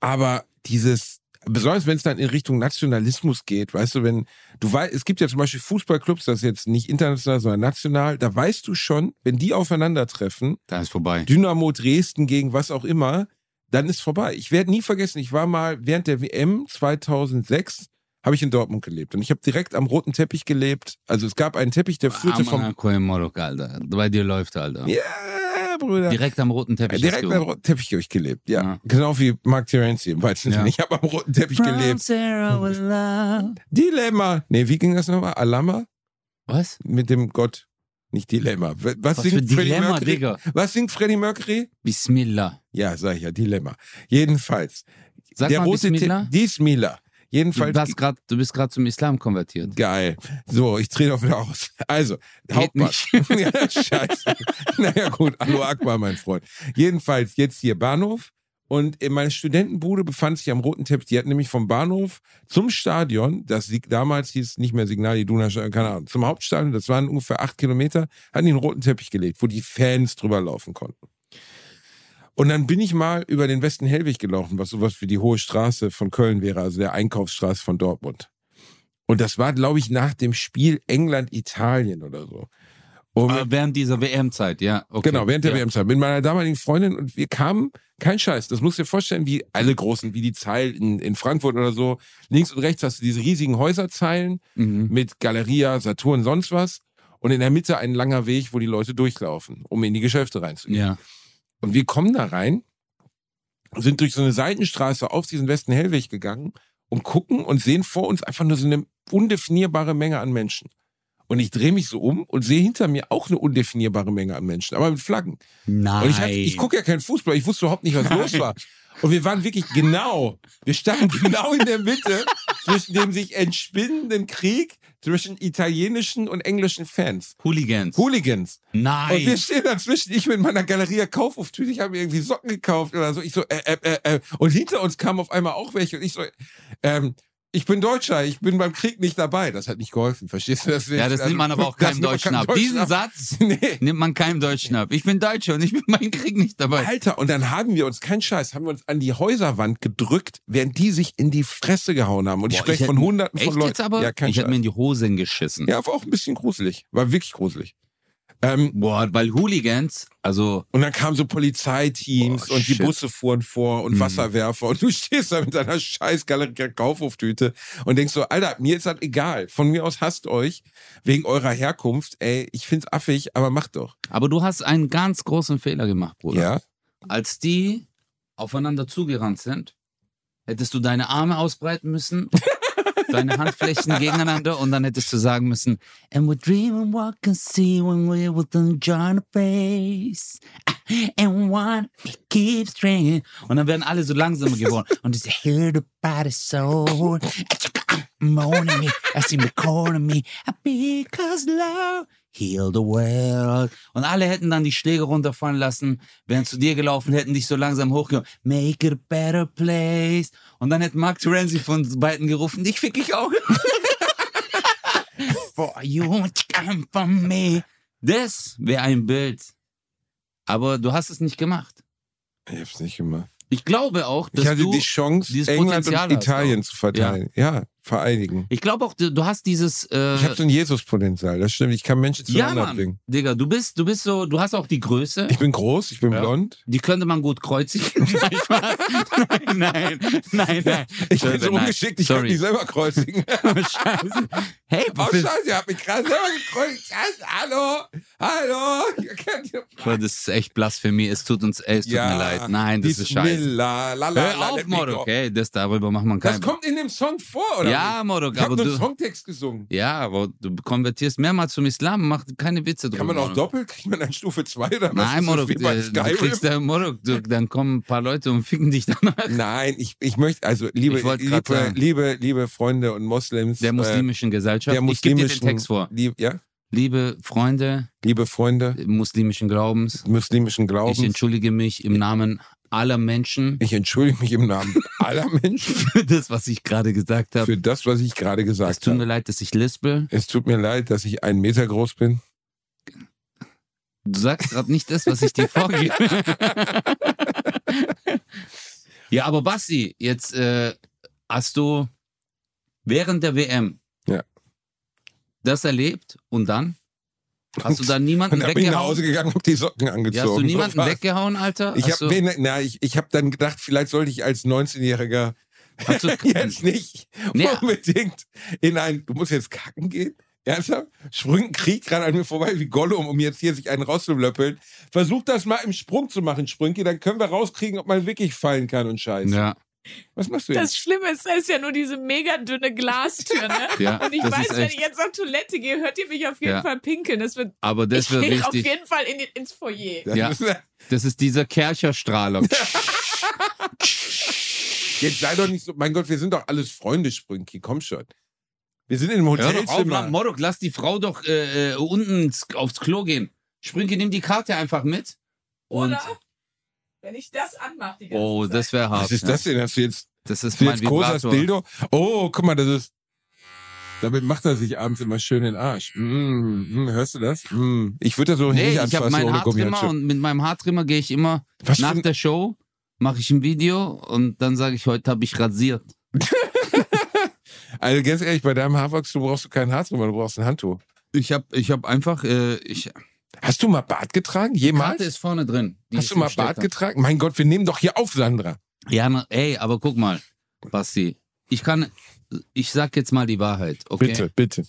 B: Aber dieses, besonders wenn es dann in Richtung Nationalismus geht, weißt du, wenn du weißt, es gibt ja zum Beispiel Fußballclubs, das ist jetzt nicht international, sondern national, da weißt du schon, wenn die aufeinandertreffen,
A: Da ist vorbei.
B: Dynamo Dresden gegen was auch immer, dann ist vorbei. Ich werde nie vergessen, ich war mal während der WM 2006 habe ich in Dortmund gelebt und ich habe direkt am roten Teppich gelebt. Also es gab einen Teppich, der führte vom
A: Amanaco ne? im Morok, Alter. Bei dir läuft, Alter.
B: ja, Brüder.
A: Direkt am roten Teppich.
B: Direkt am roten Teppich habe ich gelebt, ja.
A: Ja.
B: Genau wie Mark Terenzi im Weizen.
A: Ja.
B: Ich habe am roten Teppich gelebt.
A: gelebt.
B: Dilemma. Nee, wie ging das nochmal? Alama
A: Was?
B: mit dem Gott. Nicht Dilemma. Was, was
A: Was
B: singt
A: für
B: Freddie
A: Dilemma,
B: Mercury?
A: Digga.
B: Was singt Freddie Mercury?
A: Bismillah.
B: Ja, sag ich ja, Dilemma. Jedenfalls.
A: Sag
B: der
A: mal
B: rote
A: Bismillah.
B: Tipp, dies Miller.
A: Du,
B: Jedenfalls
A: warst grad, du bist gerade zum Islam konvertiert.
B: Geil. So, ich drehe doch wieder aus. Also, Hauptbass. ja, scheiße. naja, gut, Hallo Akbar, mein Freund. Jedenfalls, jetzt hier Bahnhof. Und in meiner Studentenbude befand sich am Roten Teppich, die hat nämlich vom Bahnhof zum Stadion, das sie- damals hieß nicht mehr Signal Iduna, keine Ahnung, zum Hauptstadion, das waren ungefähr acht Kilometer, hatten die einen roten Teppich gelegt, wo die Fans drüber laufen konnten. Und dann bin ich mal über den Westen Hellwig gelaufen, was sowas wie die Hohe Straße von Köln wäre, also der Einkaufsstraße von Dortmund. Und das war, glaube ich, nach dem Spiel England-Italien oder so. Und
A: Äh, während dieser WM-Zeit, ja. Okay.
B: Genau, während der
A: ja.
B: WM-Zeit. Mit meiner damaligen Freundin und wir kamen, kein Scheiß, das musst du dir vorstellen, wie alle großen, wie die Zeil in, in Frankfurt oder so. Links und rechts hast du diese riesigen Häuserzeilen
A: Mhm.
B: mit Galeria, Saturn, sonst was. Und in der Mitte ein langer Weg, wo die Leute durchlaufen, um in die Geschäfte reinzugehen.
A: Ja.
B: Und wir kommen da rein, sind durch so eine Seitenstraße auf diesen Westen Hellweg gegangen und gucken und sehen vor uns einfach nur so eine undefinierbare Menge an Menschen. Und ich drehe mich so um und sehe hinter mir auch eine undefinierbare Menge an Menschen, aber mit Flaggen.
A: Nein.
B: Und ich, hatte- ich gucke ja keinen Fußball, ich wusste überhaupt nicht, was los war. Und wir waren wirklich genau, wir standen genau in der Mitte zwischen dem sich entspinnenden Krieg zwischen italienischen und englischen Fans.
A: Hooligans.
B: Hooligans.
A: Nein.
B: Und wir stehen dazwischen, ich mit meiner Galeria Kaufaufstüte, ich habe mir irgendwie Socken gekauft oder so. Ich so, äh, äh, äh, äh. Und hinter uns kamen auf einmal auch welche und ich so, ähm, ich bin Deutscher, ich bin beim Krieg nicht dabei. Das hat nicht geholfen, verstehst du? also, Das
A: ja, das nimmt man aber auch keinem Deutschen ab. Diesen Satz
B: Nee.
A: nimmt man keinem Deutschen ab. Ich bin Deutscher und ich bin beim Krieg nicht dabei.
B: Alter, und dann haben wir uns, kein Scheiß, haben wir uns an die Häuserwand gedrückt, während die sich in die Fresse gehauen haben. Und ich
A: Boah,
B: spreche
A: ich
B: von
A: hätt-
B: Hunderten
A: Echt
B: von Leuten.
A: jetzt aber?
B: Ja, kein
A: ich hätte mir
B: Scheiß.
A: in die Hosen geschissen.
B: Ja, war auch ein bisschen gruselig. War wirklich gruselig. Ähm,
A: Boah, weil Hooligans, also
B: Und dann kamen so Polizeiteams
A: Oh,
B: und die
A: shit.
B: Busse fuhren vor und
A: Mhm.
B: Wasserwerfer und du stehst da mit deiner scheiß Galeria Kaufhoftüte und denkst so, Alter, mir ist das egal. Von mir aus hasst euch wegen eurer Herkunft. Ey, ich find's affig, aber macht doch.
A: Aber du hast einen ganz großen Fehler gemacht, Bruder.
B: Ja?
A: Als die aufeinander zugerannt sind, hättest du deine Arme ausbreiten müssen, deine Handflächen gegeneinander und dann hättest du sagen müssen, And we dream and walk and see when we with a join face. Ah, And one it keeps stringing. Und dann werden alle so langsamer geworden. Und diese hear the body soul. I'm owning me, I see me calling me. Because love heal the world. Und alle hätten dann die Schläge runterfallen lassen, wären zu dir gelaufen, hätten dich so langsam hochgehoben. Make it a better place. Und dann hätte Mark Terenzi von beiden gerufen, ich fick dich auch. For you won't come from me. Das wäre ein Bild. Aber du hast es nicht gemacht.
B: Ich hab's nicht gemacht.
A: Ich glaube auch, dass
B: ich hatte
A: du.
B: die Chance,
A: dieses
B: England
A: Potenzial
B: und
A: hast
B: Italien
A: auch.
B: zu verteilen. Ja, vereinigen.
A: ich glaube auch, du du hast dieses. Äh,
B: Ich habe so ein Jesus-Potenzial, das stimmt. Ich kann Menschen
A: ja,
B: zueinander
A: Mann,
B: bringen.
A: Digga, du bist, du bist so, du hast auch die Größe.
B: Ich bin groß, ich bin
A: Ja.
B: blond.
A: Die könnte man gut kreuzigen. nein, Spaß. nein, nein, nein, nein.
B: Ich bin so
A: Nein,
B: ungeschickt, ich kann
A: sorry.
B: mich selber kreuzigen.
A: Scheiße. Hey,
B: Oh,
A: was ist,
B: Scheiße, ihr habt mich gerade selber gekreuzt. Scheiße, Hallo, hallo. Ihr kennt ihr-
A: Boah, das ist echt Blasphemie. Es tut uns, ey, es tut mir leid. Nein, das ist scheiße.
B: Bismillah, la, la, la,
A: Hör auf,
B: let me
A: Morok.
B: go.
A: Ey, das darüber macht man
B: Das
A: keinen.
B: kommt in dem Song vor, oder?
A: Ja, Morok,
B: ich habe nur
A: aber du,
B: einen Songtext gesungen.
A: ja, aber du konvertierst mehrmals zum Islam, mach keine Witze drüber.
B: Kann man auch
A: Morok.
B: doppelt? Kriegt man dann Stufe 2 oder was? Ist
A: Nein,
B: das
A: Morok,
B: wie bei
A: äh, du
B: Skyrim?
A: kriegst da, Morok, du, dann kommen ein paar Leute und ficken dich danach.
B: Nein, ich, ich möchte, also liebe,
A: Ich wollt grad
B: liebe,
A: sagen.
B: liebe, liebe Freunde und Moslems.
A: Der muslimischen
B: äh, der
A: Gesellschaft. ich gebe
B: muslimischen,
A: dir den Text vor.
B: Lieb, ja,
A: Liebe Freunde
B: liebe Freunde
A: muslimischen Glaubens,
B: muslimischen Glaubens.
A: ich entschuldige mich im Namen aller Menschen
B: ich entschuldige mich im Namen aller Menschen
A: für das, was ich gerade gesagt habe.
B: für das, was ich gerade
A: Es
B: gesagt
A: tut
B: habe.
A: mir leid, dass ich lispel.
B: Es tut mir leid, dass ich einen Meter groß bin.
A: Du sagst gerade nicht das, was ich dir vorgebe. ja, aber Basti, jetzt äh, hast du während der WM
B: Ja.
A: das erlebt und dann hast du dann niemanden
B: Und dann bin ich nach Hause
A: weggehauen?
B: gegangen, hab die Socken
A: Ja,
B: angezogen.
A: hast du
B: So
A: niemanden
B: war's.
A: also- weggehauen, Alter?
B: Ich
A: hast du,
B: habe na, ich, ich hab dann gedacht, vielleicht sollte ich als 19-Jähriger
A: hast du,
B: jetzt nicht
A: Nee.
B: unbedingt in ein, du musst jetzt kacken gehen. Ernsthaft? Sprüngt ein Krieg gerade an mir vorbei wie Gollum, um jetzt hier sich einen rauszulöppeln. Versuch das mal im Sprung zu machen, Sprünki, dann können wir rauskriegen, ob man wirklich fallen kann und scheiße.
A: ja.
B: Was machst du jetzt?
C: Das Schlimme ist, da ist ja nur diese mega dünne Glastür, ne?
A: Ja,
C: Und ich
A: das
C: weiß,
A: ist
C: wenn
A: echt.
C: ich jetzt auf Toilette gehe, hört ihr mich auf jeden
A: Ja.
C: Fall pinkeln. Das wird,
A: Aber das
C: ich
A: wird
C: gehe auf
A: richtig.
C: jeden Fall in, den- ins Foyer.
B: Das
A: Ja.
B: ist,
A: Das ist dieser Kercherstrahler.
B: jetzt sei doch nicht so. Mein Gott, wir sind doch alles Freunde, Sprünki. Komm schon. Wir sind in einem
A: Hör doch auf, Mann.
B: Hotelzimmer.
A: Morok, lass die Frau doch äh, äh, unten ins- aufs Klo gehen. Sprünke, nimm die Karte einfach mit. Und,
C: Oder? Wenn ich das anmache, die ganze
A: oh,
C: Zeit.
A: das wäre hart.
B: Was ist
A: ne?
B: das denn? Hast du jetzt,
A: Das ist
B: hast du
A: mein
B: jetzt großes
A: Vibrator.
B: Dildo? Oh, guck mal, das ist. Damit macht er sich abends immer schön den Arsch. Mm, mm, hörst du das? Mm. Ich würde das so
A: Nee,
B: nicht
A: ich habe
B: anfassen
A: meinen
B: ohne
A: Haartrimmer
B: Gummihandschuhe.
A: und mit meinem Haartrimmer gehe ich immer
B: Was
A: nach
B: für ein-
A: der Show, mache ich ein Video und dann sage ich, heute habe ich rasiert.
B: Also ganz ehrlich, bei deinem Haarwachs, du brauchst keinen Haartrimmer, du brauchst ein Handtuch.
A: Ich habe ich hab einfach, äh, ich,
B: Hast du mal Bart getragen? Jemals?
A: Karte ist vorne drin. die
B: Hast
A: ich
B: du mal
A: bestellt
B: Bart
A: hab.
B: getragen? Mein Gott, wir nehmen doch hier auf, Sandra.
A: Ja, na, ey, aber guck mal, Basti, ich kann, ich sag jetzt mal die Wahrheit, okay?
B: Bitte, bitte.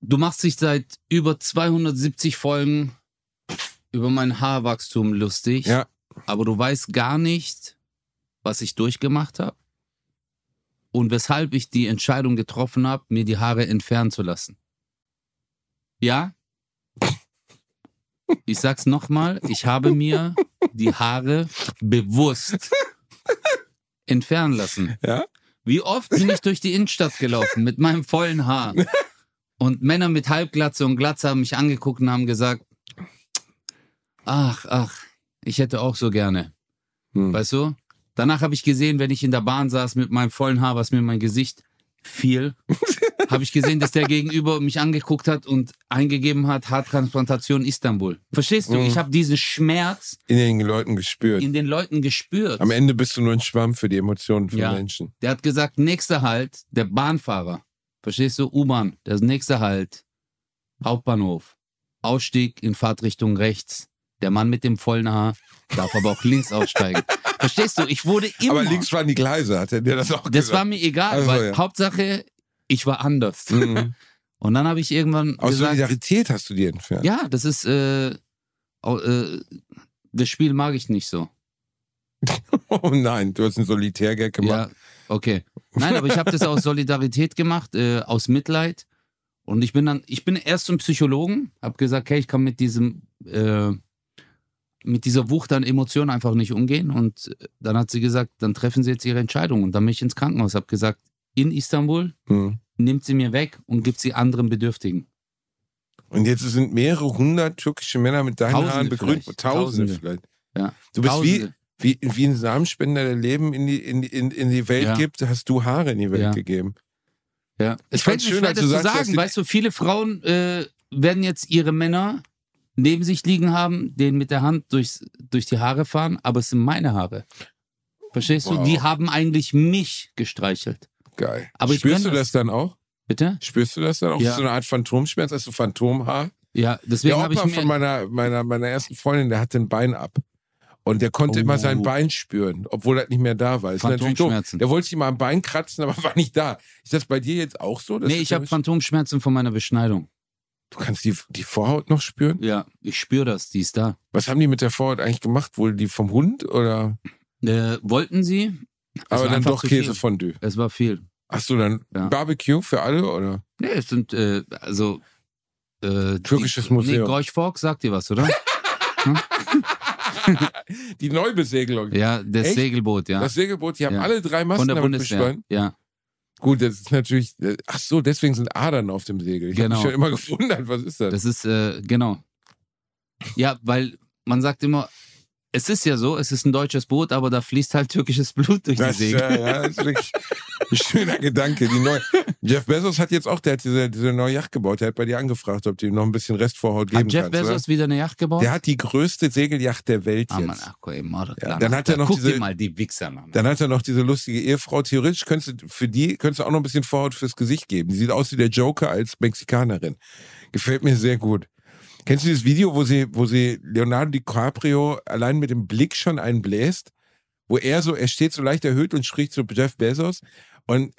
A: Du machst dich seit über 270 Folgen über mein Haarwachstum lustig,
B: Ja.
A: aber du weißt gar nicht, was ich durchgemacht habe und weshalb ich die Entscheidung getroffen habe, mir die Haare entfernen zu lassen. Ja? Ich sag's nochmal, ich habe mir die Haare bewusst entfernen lassen.
B: Ja?
A: Wie oft bin ich durch die Innenstadt gelaufen mit meinem vollen Haar? Und Männer mit Halbglatze und Glatze haben mich angeguckt und haben gesagt, ach, ach, ich hätte auch so gerne.
B: Hm.
A: Weißt du? Danach habe ich gesehen, wenn ich in der Bahn saß mit meinem vollen Haar, was mir in mein Gesicht fiel, habe ich gesehen, dass der Gegenüber mich angeguckt hat und eingegeben hat, Haartransplantation Istanbul. Verstehst du?
B: Mhm.
A: Ich habe diesen Schmerz
B: In den Leuten gespürt.
A: in den Leuten gespürt.
B: Am Ende bist du nur ein Schwamm für die Emotionen von
A: Ja.
B: Menschen.
A: Der hat gesagt, nächster Halt, der Bahnfahrer. Verstehst du? U-Bahn, das nächste Halt, Hauptbahnhof. Ausstieg in Fahrtrichtung rechts. Der Mann mit dem vollen Haar darf aber auch links aussteigen. Verstehst du? Ich wurde immer.
B: Aber links waren die Gleise, hat er dir das auch
A: das war
B: gesagt?
A: mir egal,
B: Also,
A: weil
B: ja.
A: Hauptsache, ich war anders.
B: Mhm.
A: Und dann habe ich irgendwann
B: Aus
A: gesagt,
B: Solidarität hast du die entfernt.
A: ja, das ist, äh, au- äh, das Spiel mag ich nicht so.
B: Oh nein, du hast einen Solitärgag gemacht.
A: Ja, okay. Nein, aber ich habe das aus Solidarität gemacht, äh, aus Mitleid. Und ich bin dann, ich bin erst zum Psychologen, habe gesagt, hey, ich kann mit diesem, äh, mit dieser Wucht an Emotionen einfach nicht umgehen. Und äh, dann hat sie gesagt, dann treffen Sie jetzt Ihre Entscheidung. Und dann bin ich ins Krankenhaus, habe gesagt, in Istanbul
B: Mhm.
A: nimmt sie mir weg und gibt sie anderen Bedürftigen.
B: Und jetzt sind mehrere hundert türkische Männer mit deinen
A: Tausende
B: Haaren begrünt.
A: vielleicht.
B: Tausende,
A: Tausende.
B: vielleicht.
A: Ja.
B: Du bist wie,
A: Tausende.
B: wie, wie ein Samenspender, der Leben in die, in, die- in, in die Welt
A: Ja.
B: gibt, hast du Haare in die Welt
A: Ja.
B: gegeben.
A: Ja. Es fällt
B: fand's
A: mir
B: schön,
A: schwer,
B: als
A: das
B: du
A: zu
B: sagst, dass
A: sagen.
B: die-
A: Weißt du, viele Frauen äh, werden jetzt ihre Männer neben sich liegen haben, den mit der Hand durchs, durch die Haare fahren, aber es sind meine Haare. Verstehst du?
B: Wow.
A: Die haben eigentlich mich gestreichelt.
B: Geil.
A: Aber ich
B: Spürst du
A: kenn
B: das dann auch?
A: Bitte?
B: Spürst du das dann auch?
A: Ja.
B: Ist so eine Art Phantomschmerz? Hast du Phantomhaar?
A: Ja, deswegen
B: der
A: habe ich
B: Opa von
A: mir...
B: meiner, meiner, meiner ersten Freundin, der hat den Bein ab. Und der konnte
A: Oh.
B: immer sein Bein spüren, obwohl das nicht mehr da war. Ist natürlich doof.
A: Phantomschmerzen.
B: Der wollte sich mal am Bein kratzen, aber war nicht da. Ist das bei dir jetzt auch so? dass
A: Nee,
B: du
A: ich
B: zum
A: habe
B: Beispiel-
A: Phantomschmerzen von meiner Beschneidung.
B: Du kannst die, die Vorhaut noch spüren?
A: Ja, ich spüre das, die ist da.
B: Was haben die mit der Vorhaut eigentlich gemacht? Wohl die vom Hund oder?
A: Äh, wollten sie? Es war
B: aber dann
A: Also einfach
B: doch
A: zu viel.
B: Käsefondue.
A: Es war viel.
B: Hast du dann
A: Ja.
B: Barbecue für alle oder?
A: Nee, es sind, äh, also. Äh,
B: Türkisches
A: die,
B: Museum.
A: Nee, Gorch Fork sagt dir was, oder?
B: Die Neubesegelung.
A: ja, das
B: Echt?
A: Segelboot, ja.
B: Das Segelboot, die haben
A: Ja.
B: alle drei Masten
A: Von der
B: damit
A: Bundeswehr.
B: beschwört.
A: Ja.
B: Gut, das ist natürlich. äh, Ach so, deswegen sind Adern auf dem Segel. Ich habe mich
A: Genau.
B: schon immer gewundert, was ist das?
A: Das ist, äh, genau. Ja, weil man sagt immer, es ist ja so, es ist ein deutsches Boot, aber da fließt halt türkisches Blut durch die Segel.
B: Ja, ja, das äh, ist wirklich ein schöner Gedanke. Die neue, Jeff Bezos hat jetzt auch, der hat diese, diese neue Yacht gebaut. Der hat bei dir angefragt, ob du ihm noch ein bisschen Restvorhaut geben
A: Hat Jeff
B: kannst.
A: Bezos wieder eine Yacht
B: oder?
A: gebaut?
B: Der hat die größte Segeljacht der Welt
A: ah,
B: jetzt.
A: Mann, ach, ey, Mord,
B: Ja, dann hat er noch
A: Guck
B: diese-
A: dir mal die Wichser an.
B: Dann hat er noch diese lustige Ehefrau. Theoretisch könntest du für die könntest du auch noch ein bisschen Vorhaut fürs Gesicht geben. Die sieht aus wie der Joker als Mexikanerin. Gefällt mir sehr gut. Kennst du dieses Video, wo sie, wo sie Leonardo DiCaprio allein mit dem Blick schon einen bläst? Wo er so, er steht so leicht erhöht und spricht zu Jeff Bezos und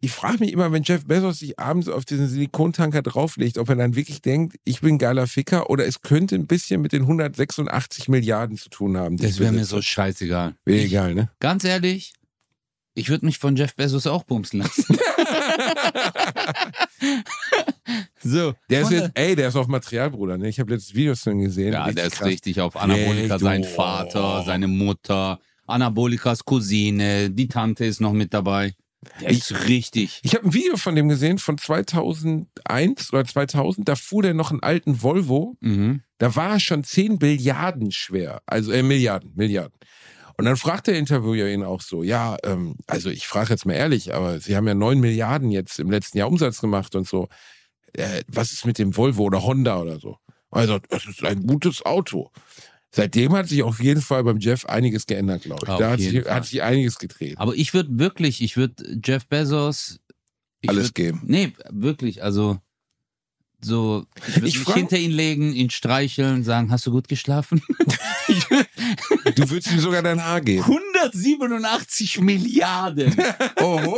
B: ich frage mich immer, wenn Jeff Bezos sich abends auf diesen Silikontanker drauflegt, ob er dann wirklich denkt, ich bin geiler Ficker oder es könnte ein bisschen mit den 186 Milliarden zu tun haben. die
A: Das
B: ich
A: wäre mir
B: besitze.
A: so scheißegal.
B: Wäre egal, ne?
A: Ganz ehrlich, ich würde mich von Jeff Bezos auch bumsen lassen. so.
B: Der ist
A: von
B: jetzt, ey, der ist auf Material, Bruder. Ne? Ich habe letztes Videos von ihm gesehen.
A: Ja, der ist
B: krass.
A: richtig auf Anabolika,
B: Echt?
A: sein
B: Oh.
A: Vater, seine Mutter, Anabolikas Cousine, die Tante ist noch mit dabei. Der ist richtig.
B: Ich habe ein Video von dem gesehen von 2001 oder 2000. Da fuhr der noch einen alten Volvo
A: Mhm.
B: Da war er schon 10 Billiarden schwer. Also äh, Milliarden, Milliarden. Und dann fragt der Interviewer ihn auch so, ja, ähm, also ich frage jetzt mal ehrlich, aber Sie haben ja 9 Milliarden jetzt im letzten Jahr Umsatz gemacht und so. Äh, was ist mit dem Volvo oder Honda oder so? Und er sagt, das ist ein gutes Auto. Seitdem hat sich auf jeden Fall beim Jeff einiges geändert, glaube ich.
A: Auf
B: da hat
A: jeden
B: sich,
A: Fall.
B: hat sich einiges gedreht.
A: Aber ich würde wirklich, ich würde Jeff Bezos. Ich
B: Alles
A: würd,
B: geben.
A: Nee, wirklich, also so, ich würde
B: Ich
A: mich
B: frag-
A: hinter ihn legen, ihn streicheln, sagen, hast du gut geschlafen?
B: Du würdest ihm sogar dein Haar geben.
A: 187 Milliarden.
B: Oho!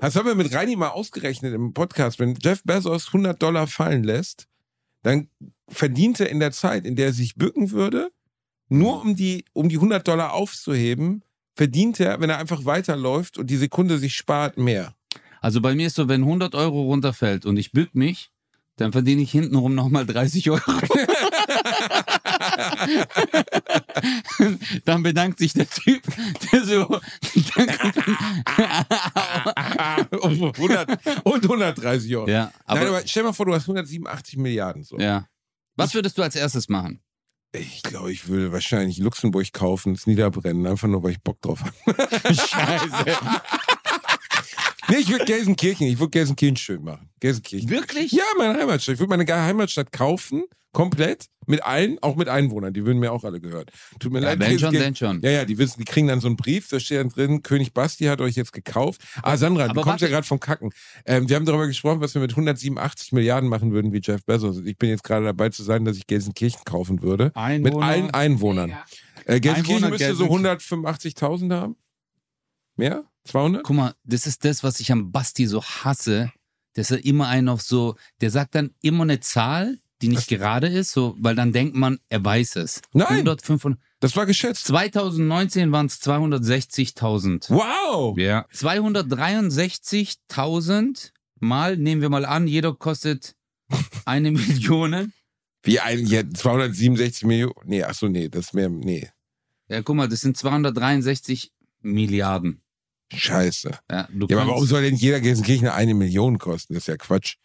B: Das haben wir mit Reini mal ausgerechnet im Podcast. Wenn Jeff Bezos 100 Dollar fallen lässt, dann verdient er in der Zeit, in der er sich bücken würde, nur
A: Mhm.
B: um die, um die 100 Dollar aufzuheben, verdient er, wenn er einfach weiterläuft und die Sekunde sich spart, mehr.
A: Also bei mir ist so, wenn 100 Euro runterfällt und ich bück mich, dann verdiene ich hintenrum nochmal 30 Euro. dann bedankt sich der Typ, der so,
B: um 100 und 130 Euro.
A: ja, aber,
B: Nein, aber stell mal vor, du hast 187 Milliarden. So.
A: ja. Was würdest du als erstes machen?
B: Ich glaube, ich würde wahrscheinlich Luxemburg kaufen, es niederbrennen, einfach nur, weil ich Bock drauf habe.
A: Scheiße.
B: Nee, ich würde Gelsenkirchen, ich würde Gelsenkirchen schön machen. Gelsenkirchen.
A: Wirklich?
B: Ja, meine Heimatstadt. Ich würde meine geile Heimatstadt kaufen, komplett, mit allen, auch mit Einwohnern. Die würden mir auch alle gehört. Tut mir
A: Ja,
B: leid.
A: wenn schon,
B: Gelsenkirchen-
A: denn schon.
B: Ja, ja, die wissen, die kriegen dann so einen Brief, da steht dann drin, König Basti hat euch jetzt gekauft. Ah, Sandra,
A: Aber
B: du kommst
A: warte.
B: ja gerade vom Kacken. Ähm, wir haben darüber gesprochen, was wir mit 187 Milliarden machen würden, wie Jeff Bezos. Ich bin jetzt gerade dabei zu sein, dass ich Gelsenkirchen kaufen würde. Mit
A: Einwohner-
B: allen Einwohnern. Äh, Gelsenkirchen
A: Einwohner
B: müsste so 185.000 haben. Mehr? 200?
A: Guck mal, das ist das, was ich am Basti so hasse, dass er immer einen auf so, der sagt dann immer eine Zahl, die nicht gerade ist, so, weil dann denkt man, er weiß es.
B: Nein.
A: 100, 500.
B: Das war geschätzt.
A: 2019 waren es 260.000.
B: Wow!
A: Ja. 263.000 mal, nehmen wir mal an, jeder kostet eine Million.
B: Wie ein, ja, 267 Millionen. Nee, achso, nee, das ist mehr. Nee.
A: Ja, guck mal, das sind 263 Milliarden.
B: Scheiße.
A: Ja, du
B: Ja, aber
A: kannst-
B: warum soll denn jeder Gelsenkirchen eine Million kosten? Das ist ja Quatsch.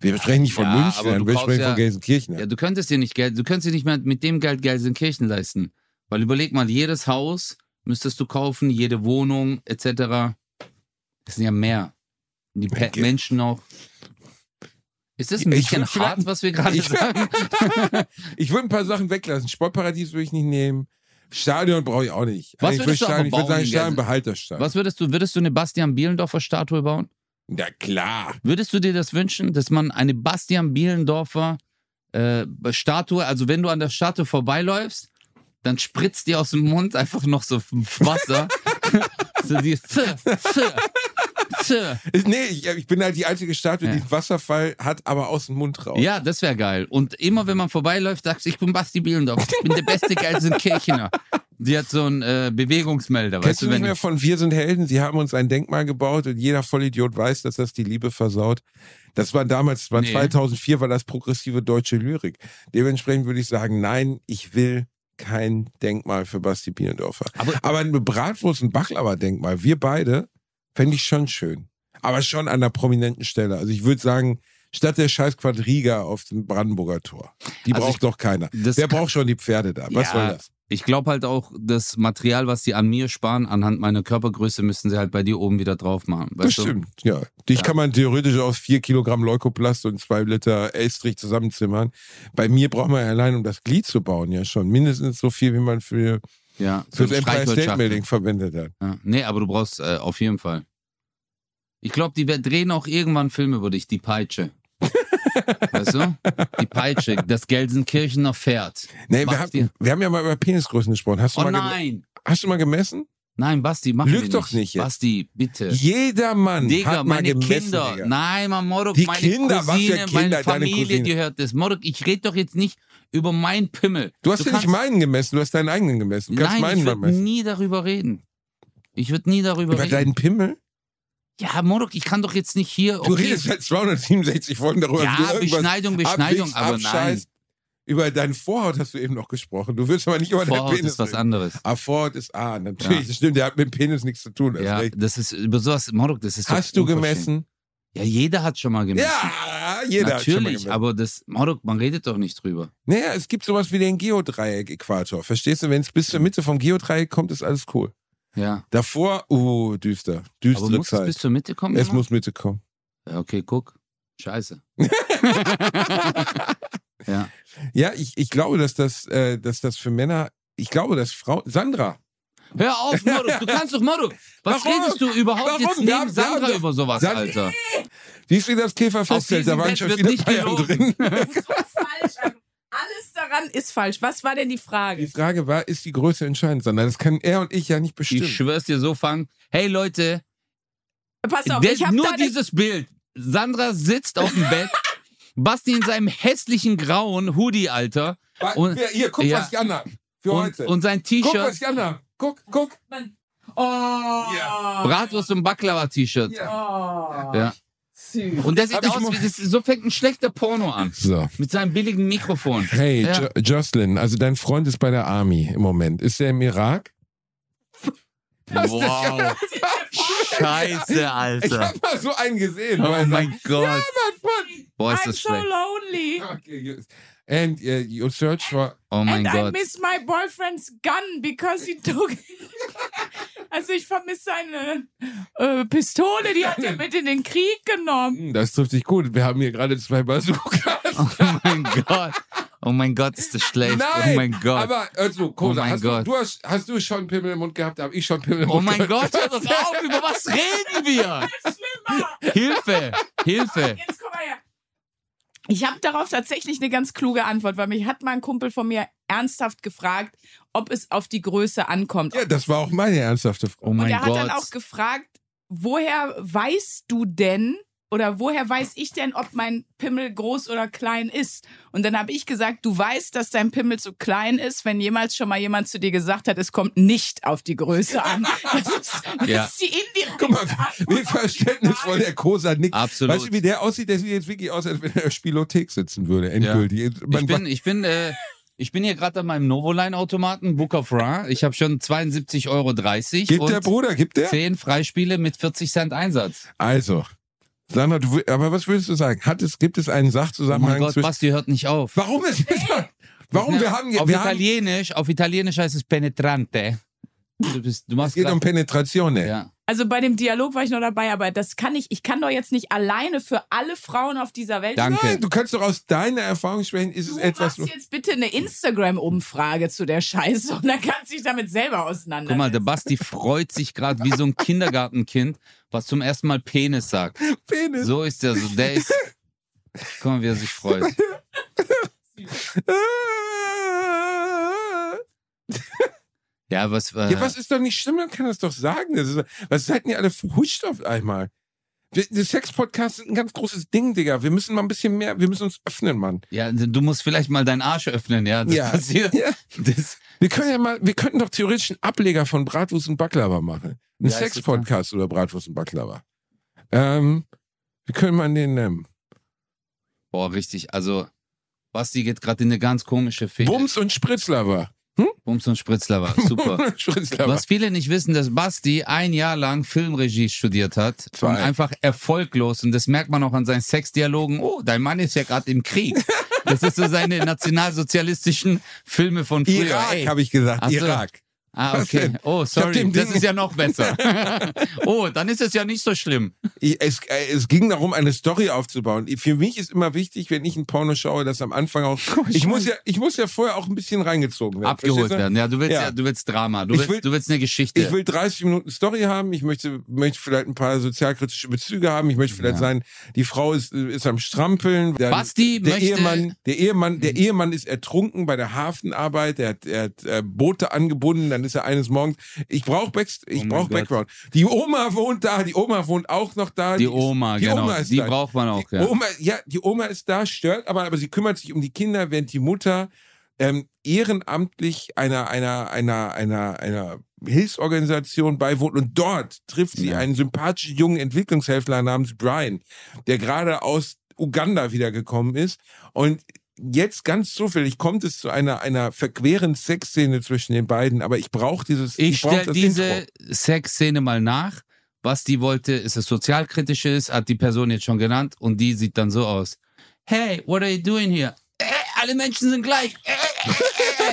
B: Wir sprechen nicht von
A: Ja, aber
B: München,
A: du
B: wir
A: kaufst
B: sprechen
A: ja-
B: von Gelsenkirchen.
A: Ja, du könntest dir nicht Geld, du könntest dir nicht mehr mit dem Geld Gelsenkirchen leisten. Weil überleg mal, jedes Haus müsstest du kaufen, jede Wohnung etc. Das sind ja mehr. Und Die Pe-
B: Okay.
A: Menschen auch. Ist das ein
B: Ich
A: bisschen
B: find vielleicht-
A: hart, was wir gerade
B: Ich-
A: sagen?
B: Ich würde ein paar Sachen weglassen. Sportparadies würde ich nicht nehmen. Stadion brauche ich auch nicht.
A: Was
B: Eigentlich würde
A: würdest du
B: ich, Stadion, ich
A: aber
B: würde sagen,
A: bauen in
B: Stadion
A: Gelsen-
B: Behalterstadt.
A: Was würdest du, würdest du eine Bastian Bielendorfer Statue bauen?
B: Na klar.
A: Würdest du dir das wünschen, dass man eine Bastian Bielendorfer äh, Statue, also wenn du an der Statue vorbeiläufst, dann spritzt dir aus dem Mund einfach noch so Wasser. so die Pf, Pf, Pf.
B: Ich- Nee, ich, ich bin halt die einzige Stadt, die
A: Ja.
B: den Wasserfall hat, aber aus dem Mund raus.
A: Ja, das wäre geil. Und immer wenn man vorbeiläuft, sagst du, ich bin Basti Bielendorf, ich bin der beste Gelsenkirchener. Die hat so einen äh, Bewegungsmelder,
B: Kennst
A: weißt
B: du
A: du,
B: nicht
A: wenn
B: mehr von Wir sind Helden? Sie haben uns ein Denkmal gebaut und jeder Vollidiot weiß, dass das die Liebe versaut. Das war damals, das war
A: Nee.
B: 2004, war das progressive deutsche Lyrik. Dementsprechend würde ich sagen, nein, ich will kein Denkmal für Basti Bielendorfer.
A: Aber-
B: Aber, ein Bratwurst- und Baklava-Denkmal, wir beide, fände ich schon schön. Aber schon an einer prominenten Stelle. Also ich würde sagen, statt der scheiß Quadriga auf dem Brandenburger Tor. Die
A: Also
B: braucht
A: ich-
B: doch keiner.
A: das
B: Wer
A: kann-
B: braucht schon die Pferde da? Was
A: Ja.
B: soll das?
A: Ich glaube halt auch, das Material, was die an mir sparen, anhand meiner Körpergröße, müssen sie halt bei dir oben wieder drauf machen.
B: Das
A: Weißt du?
B: stimmt, ja. Dich
A: Ja.
B: kann man theoretisch aus vier Kilogramm Leukoplast und zwei Liter Elstrich zusammenzimmern. Bei mir braucht man ja allein, um das Glied zu bauen, ja schon mindestens so viel, wie man für,
A: Ja,
B: für
A: so
B: das
A: ein
B: Empire State
A: Streichholzschachtel.
B: Building verwendet hat.
A: Ja. Nee, aber du brauchst äh, auf jeden Fall. Ich glaube, die wer- drehen auch irgendwann Filme über dich, die Peitsche. weißt du? Die Peitsche, das Gelsenkirchener Pferd.
B: Nee,
A: Mach
B: wir haben,
A: dir.
B: wir haben ja mal über Penisgrößen gesprochen. Hast du,
A: Oh
B: mal, gem-
A: nein!
B: hast du mal gemessen?
A: Nein, Basti, mach
B: Lüg
A: mir
B: doch nicht jetzt.
A: Basti, bitte.
B: Jeder Mann
A: Digga,
B: hat mal
A: meine
B: gemessen,
A: Kinder.
B: Digga.
A: Nein, man Morok,
B: Die
A: meine
B: Kinder, was für
A: Cousine,
B: Kinder,
A: meine
B: deine
A: Familie,
B: Cousine.
A: die hört das. Morok, ich rede doch jetzt nicht über meinen Pimmel.
B: Du hast ja nicht
A: kannst-
B: meinen gemessen, du hast deinen eigenen gemessen. Du kannst
A: Nein,
B: meinen
A: ich
B: mal
A: würde
B: messen.
A: nie darüber reden. Ich würde nie darüber
B: Über
A: reden.
B: deinen Pimmel?
A: ja, Morok, ich kann doch jetzt nicht hier.
B: Du
A: okay.
B: redest seit 267 Folgen darüber,
A: Ja,
B: wie du irgendwas
A: Beschneidung, Beschneidung,
B: abwichst,
A: aber nein.
B: abscheißt. Über deine Vorhaut hast du eben noch gesprochen. Du willst aber nicht über deinen
A: Vorhaut
B: Penis
A: ist was
B: reden.
A: anderes.
B: Ah, Vorhaut ist A, natürlich.
A: Ja.
B: Das stimmt, der hat mit dem Penis nichts zu tun. das ist
A: Ja,
B: recht.
A: das ist über sowas, Morok, das ist doch
B: Hast du
A: unverschämt.
B: gemessen?
A: Ja, jeder hat schon mal gemessen.
B: Ja, jeder hat schon mal
A: Natürlich,
B: gemessen.
A: aber das, Morok, man redet doch nicht drüber.
B: Naja, es gibt sowas wie den Geodreieck-Äquator. Verstehst du, wenn es bis zur Mitte vom Geodreieck kommt, ist alles cool.
A: Ja.
B: Davor, uh, düster.
A: Aber
B: Düstere
A: muss es
B: Zeit.
A: bis zur Mitte kommen?
B: es
A: immer?
B: muss Mitte kommen.
A: Ja, okay, guck. Scheiße. ja.
B: Ja, ich, ich glaube, dass das, äh, dass das für Männer, ich glaube, dass Frau, Sandra,
A: Hör auf, Moruk, du kannst doch, Moruk. Was
B: Warum?
A: redest du überhaupt
B: Warum?
A: jetzt
B: Wir haben-
A: neben
B: wir haben
A: Sandra
B: doch-
A: über sowas,
B: Sand-
A: Alter?
B: die ist wie das Käferfestzelt, da
A: diesem
B: waren
A: Bett
B: schon
A: wird
B: viele
A: nicht
B: Bayern drin.
A: gelogen.
C: So falsch. Armin. Alles daran ist falsch. Was war denn die
B: Die
C: Frage?
B: Frage war, ist die Größe entscheidend, Sandra? Das kann er und ich ja nicht bestimmen.
A: Ich schwör's dir so, Fang. Hey, Leute,
C: Pass auf,
A: der,
C: ich habe
A: nur
C: da eine
A: dieses Bild. Sandra sitzt auf dem Bett, Basti in seinem hässlichen grauen Hoodie, Alter.
B: Wa-
A: Und-
B: wer- hier, guck,
A: ja.
B: was ich anhabe. Für
A: Und,
B: heute.
A: und sein
B: guck, was
A: T-Shirt,
B: ich anhabe. Guck, guck.
C: Oh.
B: Ja.
A: Bratwurst und Baklava-T-Shirt.
B: Ja.
C: Oh.
A: Ja.
C: Süß.
A: Und der sieht
B: Hab ich
A: aus
B: mo-
A: wie, das, so fängt ein schlechter Porno an.
B: So.
A: Mit seinem billigen Mikrofon.
B: Hey,
A: Ja.
B: jo Jocelyn, also dein Freund ist bei der Army im Moment. Ist er im Irak?
A: Wow. Scheiße,
B: Ich
A: Alter.
B: habe mal so einen gesehen.
A: Oh
B: mein
A: mein Gott. Boah, ist
C: I'm
A: das
C: so
A: schlecht.
C: lonely.
B: Okay, and uh, you search for...
A: Oh mein
C: And I
A: Gott.
C: miss my boyfriend's gun because he took. also ich vermisse seine äh, Pistole, die hat er mit in den Krieg genommen.
B: Hm, Das trifft dich gut. Wir haben hier gerade zwei Bazookas.
A: Oh mein Gott. Oh mein Gott, ist das schlecht.
B: Nein,
A: oh mein Gott.
B: aber also, Kosa,
A: Oh mein
B: hast,
A: Gott.
B: Du, du hast, hast du schon Pimmel im Mund gehabt? Habe ich schon Pimmel im
A: oh
B: Mund
A: mein
B: gehabt?
A: Gott, hör doch auf, über was reden wir? Hilfe, Hilfe.
C: Jetzt komm mal her. Ich habe darauf tatsächlich eine ganz kluge Antwort, weil mich hat mal ein Kumpel von mir ernsthaft gefragt, ob es auf die Größe ankommt.
B: Ja, das war auch meine ernsthafte Frage.
A: Oh
C: Und
A: mein
C: er hat
A: Gott.
C: dann auch gefragt, woher weißt du denn oder woher weiß ich denn, ob mein Pimmel groß oder klein ist? Und dann habe ich gesagt, du weißt, dass dein Pimmel zu klein ist, wenn jemals schon mal jemand zu dir gesagt hat, es kommt nicht auf die Größe an. Das ist, das
A: Ja.
C: ist die indirekte
B: Guck mal,
C: Antwort
B: wie
C: auf die
B: verständnisvoll
C: Frage.
B: der Kosa nickt.
A: Absolut.
B: Weißt du, wie der aussieht? Der sieht jetzt wirklich aus, als wenn er in der Spielothek sitzen würde. Endgültig. Man
A: ich bin, ich bin, äh, ich bin hier gerade an meinem Novoline-Automaten, Book of Ra. Ich habe schon 72,30 Euro
B: gibt der
A: und
B: Bruder, gibt der?
A: 10 Freispiele mit 40 Cent Einsatz.
B: Also, Sandra, du, wi- aber was würdest du sagen? Hat es, gibt es einen
A: Oh mein
B: Sachzusammenhang
A: Gott,
B: zwischen...
A: Basti hört nicht auf.
B: Warum ist Warum? Wir haben...
A: auf
B: Wir haben
A: Italienisch, auf Italienisch heißt es penetrante. Du, bist, du
B: es
A: machst
B: geht
A: grad-
B: um Penetration, ey.
A: ja.
C: Also bei dem Dialog war ich noch dabei, aber das kann ich, ich kann doch jetzt nicht alleine für alle Frauen auf dieser Welt.
A: Danke.
B: Nein, du kannst doch aus deiner Erfahrung sprechen, ist es
C: Du
B: etwas...
C: machst jetzt bitte eine Instagram-Umfrage zu der Scheiße und dann kannst du dich damit selber auseinandersetzen.
A: Guck mal, der Basti freut sich gerade wie so ein Kindergartenkind, was zum ersten Mal Penis sagt.
B: Penis.
A: So ist der so. Der ist. Guck mal, wie er sich freut.
B: Ah! Ja,
A: Ja, was. Äh,
B: was ist doch nicht schlimm, man kann das doch sagen. Das ist, was seid denn ihr alle verhuscht auf einmal? Wir, die Sex-Podcasts sind ein ganz großes Ding, Digga. Wir müssen mal ein bisschen mehr, wir müssen uns öffnen, Mann.
A: ja, du musst vielleicht mal deinen Arsch öffnen, ja. Das
B: Ja.
A: passiert.
B: Ja.
A: Das,
B: Wir können ja mal, wir könnten doch theoretisch einen Ableger von Bratwurst und Baklava machen. Ein
A: Ja, ist
B: Sex-Podcast oder Bratwurst und Baklava. Ähm, wie können man den nennen?
A: boah, richtig. Also, Basti geht gerade in eine ganz komische Fehde.
B: Bums und Spritzlava.
A: Bums und Spritzlava. Super.
B: Spritzlava.
A: Was viele nicht wissen, dass Basti ein Jahr lang Filmregie studiert hat
B: Zwei.
A: und einfach erfolglos, und das merkt man auch an seinen Sexdialogen, oh, dein Mann ist ja gerade im Krieg. Das ist so seine nationalsozialistischen Filme von früher. Ey.
B: Irak, habe ich gesagt.
A: Ach so.
B: Irak.
A: ah,
B: was
A: okay.
B: denn?
A: Oh,
B: hab
A: sorry,
B: dem
A: das
B: Ding-
A: ist ja noch besser. oh, dann ist es ja nicht so schlimm.
B: Ich, es, äh, es ging darum, eine Story aufzubauen. Für mich ist immer wichtig, wenn ich ein Porno schaue, dass am Anfang auch. Ich muss ja, ich muss ja vorher auch ein bisschen reingezogen werden.
A: Oh, Abgeholt
B: verstehst du?
A: werden. Ja, du willst,
B: Ja.
A: ja. du willst Drama, du
B: Ich
A: willst,
B: will-
A: du willst eine Geschichte.
B: Ich will 30 Minuten Story haben. Ich möchte, möchte vielleicht ein paar sozialkritische Bezüge haben. Ich möchte vielleicht
A: Ja.
B: sein, die Frau ist, äh, ist am Strampeln. Dann
A: Basti
B: der
A: möchte- Mhm.
B: Ehemann, der Ehemann, der Ehemann ist ertrunken bei der Hafenarbeit. Der hat, er hat äh, Boote angebunden. Dann ist er eines Morgens. Ich brauche Back, ich
A: Oh mein
B: brauch
A: Gott.
B: Background. Die Oma wohnt da, die Oma wohnt auch noch da.
A: Die
B: ist-
A: Oma, genau.
B: ist
A: die
B: da.
A: braucht man auch,
B: die
A: ja.
B: Oma, ja, die Oma ist da, stört aber, aber sie kümmert sich um die Kinder, während die Mutter ähm, ehrenamtlich einer, einer, einer, einer, einer Hilfsorganisation beiwohnt und dort trifft sie
A: Ja.
B: einen sympathischen jungen Entwicklungshelfer namens Brian, der gerade aus Uganda wiedergekommen ist und Jetzt ganz zufällig kommt es zu einer, einer verqueren Sexszene zwischen den beiden, aber ich brauche dieses.
A: Ich
B: brauch
A: stelle
B: das
A: diese
B: Intro.
A: Sexszene mal nach. Was die wollte, ist es sozialkritisches, hat die Person jetzt schon genannt und die sieht dann so aus. Hey, what are you doing here? Äh, alle Menschen sind gleich. Äh, äh,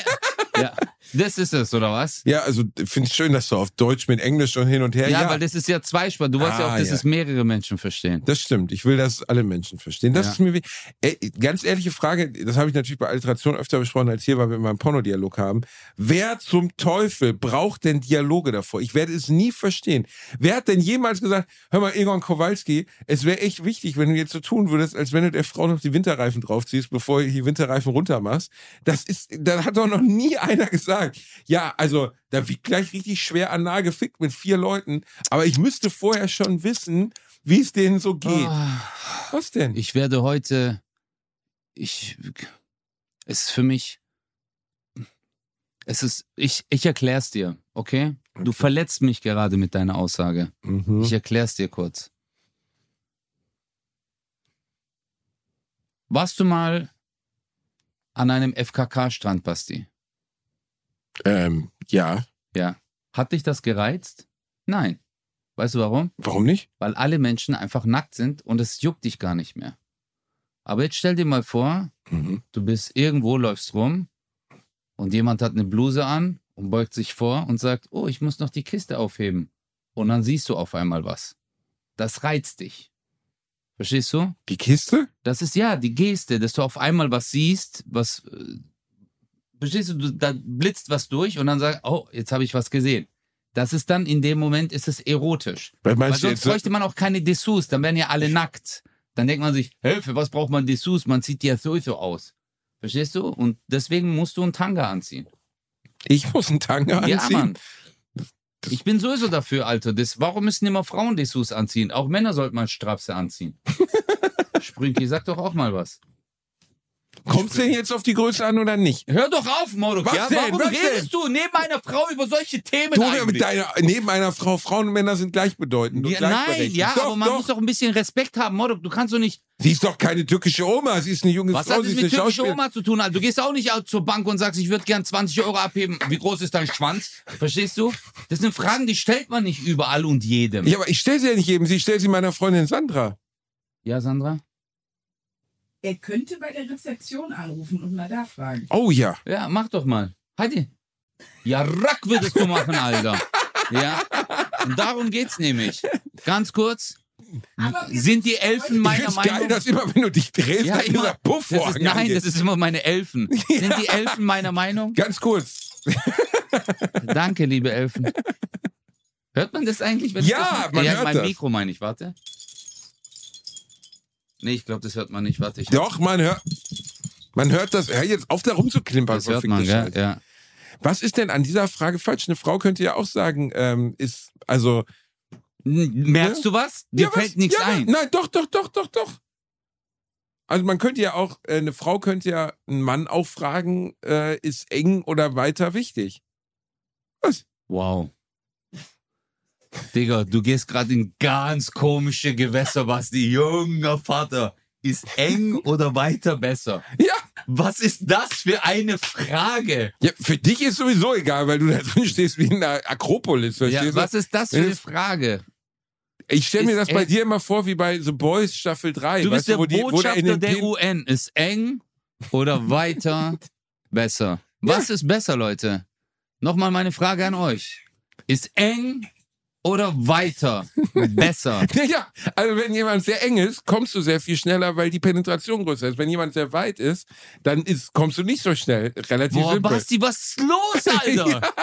A: äh. ja, das ist es, oder was?
B: Ja, also finde ich schön, dass du auf Deutsch mit Englisch und hin und her.
A: Ja, weil das ist ja zweisprachig. Du wolltest ja
B: Ah,
A: auch, dass
B: ja.
A: es mehrere Menschen verstehen.
B: Das stimmt. Ich will, dass alle Menschen verstehen. Das
A: Ja.
B: ist mir wi- Ey, ganz ehrliche Frage, das habe ich natürlich bei Alteration öfter besprochen als hier, weil wir immer einen Pornodialog haben. Wer zum Teufel braucht denn Dialoge davor? Ich werde es nie verstehen. Wer hat denn jemals gesagt, hör mal, Egon Kowalski, es wäre echt wichtig, wenn du jetzt so tun würdest, als wenn du der Frau noch die Winterreifen draufziehst, bevor du die Winterreifen runtermachst. Das ist, da hat doch noch nie einer gesagt. Ja, also, da wird gleich richtig schwer anal gefickt mit vier Leuten, aber ich müsste vorher schon wissen, wie es denen so geht.
A: Ah,
B: Was denn?
A: Ich werde heute. Ich. Es ist für mich. Es ist. Ich, ich erkläre es dir, okay? Du verletzt mich gerade mit deiner Aussage.
B: Hm?
A: Ich erkläre es dir kurz. Warst du mal an einem FKK-Strand, Basti?
B: Ähm, ja.
A: Ja. Hat dich das gereizt? Nein. Weißt du warum?
B: Warum nicht?
A: weil alle Menschen einfach nackt sind und es juckt dich gar nicht mehr. Aber jetzt stell dir mal vor, du bist irgendwo, läufst rum und jemand hat eine Bluse an und beugt sich vor und sagt, oh, ich muss noch die Kiste aufheben. Und dann siehst du auf einmal was. Das reizt dich. Verstehst du?
B: Die Kiste?
A: Das ist ja die Geste, dass du auf einmal was siehst, was. äh, Verstehst du, du, da blitzt was durch und dann sagst, oh, jetzt habe ich was gesehen. Das ist dann in dem Moment, ist es erotisch.
B: Weil
A: Weil
B: meinst du
A: sonst
B: jetzt,
A: bräuchte man auch keine Dessous, dann wären ja alle nackt. Dann denkt man sich, hey, für was braucht man Dessous? Man sieht ja sowieso aus. Verstehst du? Und deswegen musst du einen Tanga anziehen.
B: ich muss einen Tanga anziehen?
A: Ja, Mann. Ich bin sowieso dafür, Alter. Das, warum müssen immer Frauen Dessous anziehen? Auch Männer sollten mal Strapse anziehen. Sprünki, sag doch auch mal was.
B: Kommst du denn jetzt auf die Größe an oder nicht?
A: Hör doch auf, Mordok.
B: Was
A: Ja?
B: denn?
A: Warum
B: Was
A: redest du neben einer Frau über solche Themen
B: Du mit
A: eigentlich?
B: deiner, neben einer Frau, Frauen und Männer sind gleichbedeutend. Und
A: ja, nein,
B: gleichberechtigt.
A: ja,
B: doch,
A: aber man
B: doch.
A: muss doch ein bisschen Respekt haben, Mordok. Du kannst doch nicht
B: Sie ist doch keine türkische Oma, sie ist eine junge
A: Was
B: Frau,
A: hat
B: sie
A: es
B: ist
A: mit
B: eine
A: türkischer
B: Schauspielerin.
A: Oma zu tun? Also, du gehst auch nicht zur Bank und sagst, ich würde gern 20 Euro abheben. Wie groß ist dein Schwanz? Verstehst du? Das sind Fragen, die stellt man nicht überall und jedem.
B: Ja, aber ich stelle sie ja nicht jedem, sie stelle sie meiner Freundin Sandra.
A: Ja, Sandra?
C: Er könnte bei der Rezeption anrufen und mal da fragen.
B: Oh ja.
A: Ja, mach doch mal. Heidi. Ja, Rack würdest du machen, Alter. Ja. Und darum geht's nämlich. Ganz kurz.
C: Aber wir-
A: Sind die Elfen
B: Ich
A: meiner
B: find's
A: Meinung
B: geil, dass immer, wenn du dich drehst,
A: Ja,
B: dann
A: immer.
B: dieser Puffvorhang
A: das ist, nein,
B: angeht.
A: das ist immer meine Elfen. Sind die Elfen meiner Meinung?
B: Ganz kurz.
A: Danke, liebe Elfen. Hört man das eigentlich? Wenn
B: Ja,
A: ich das
B: man hört
A: Mein
B: das.
A: Mikro meine ich, warte. Nee, ich glaube, das hört man nicht. Warte, ich
B: Doch, man hört, man hört das. Hör jetzt auf, da rumzuklimpern.
A: das hört
B: verfickte
A: man, gell?
B: Scheiße.
A: Ja.
B: Was ist denn an dieser Frage falsch? Eine Frau könnte ja auch sagen, ähm, ist, also.
A: N- Merkst du was? Dir
B: ja, was?
A: fällt nichts
B: ja,
A: ein.
B: Nein, doch, doch, doch, doch, doch. Also man könnte ja auch, äh, eine Frau könnte ja einen Mann auch fragen, äh, ist eng oder weiter wichtig?
A: Wow. Digga, du gehst gerade in ganz komische Gewässer, Basti. Junger Vater. Ist eng oder weiter besser?
B: Ja.
A: Was ist das für eine Frage?
B: ja, für dich ist sowieso egal, weil du da drin stehst wie in der Akropolis,
A: Ja,
B: verstehst du?
A: was ist das für eine
B: Ist-
A: Frage?
B: Ich stelle mir
A: ist
B: das bei
A: eng-
B: dir immer vor, wie bei The Boys Staffel 3.
A: Du
B: weißt
A: bist der
B: wo die, wo der
A: Botschafter
B: in den
A: der
B: Pin-
A: UN. Ist eng oder weiter besser? Was ist besser, Leute? Nochmal meine Frage an euch. Ist eng oder weiter besser?
B: Ja, ja, also wenn jemand sehr eng ist, kommst du sehr viel schneller, weil die Penetration größer ist. Wenn jemand sehr weit ist, dann ist, kommst du nicht so schnell. Relativ
A: Boah,
B: simpel.
A: Basti, was ist los, Alter?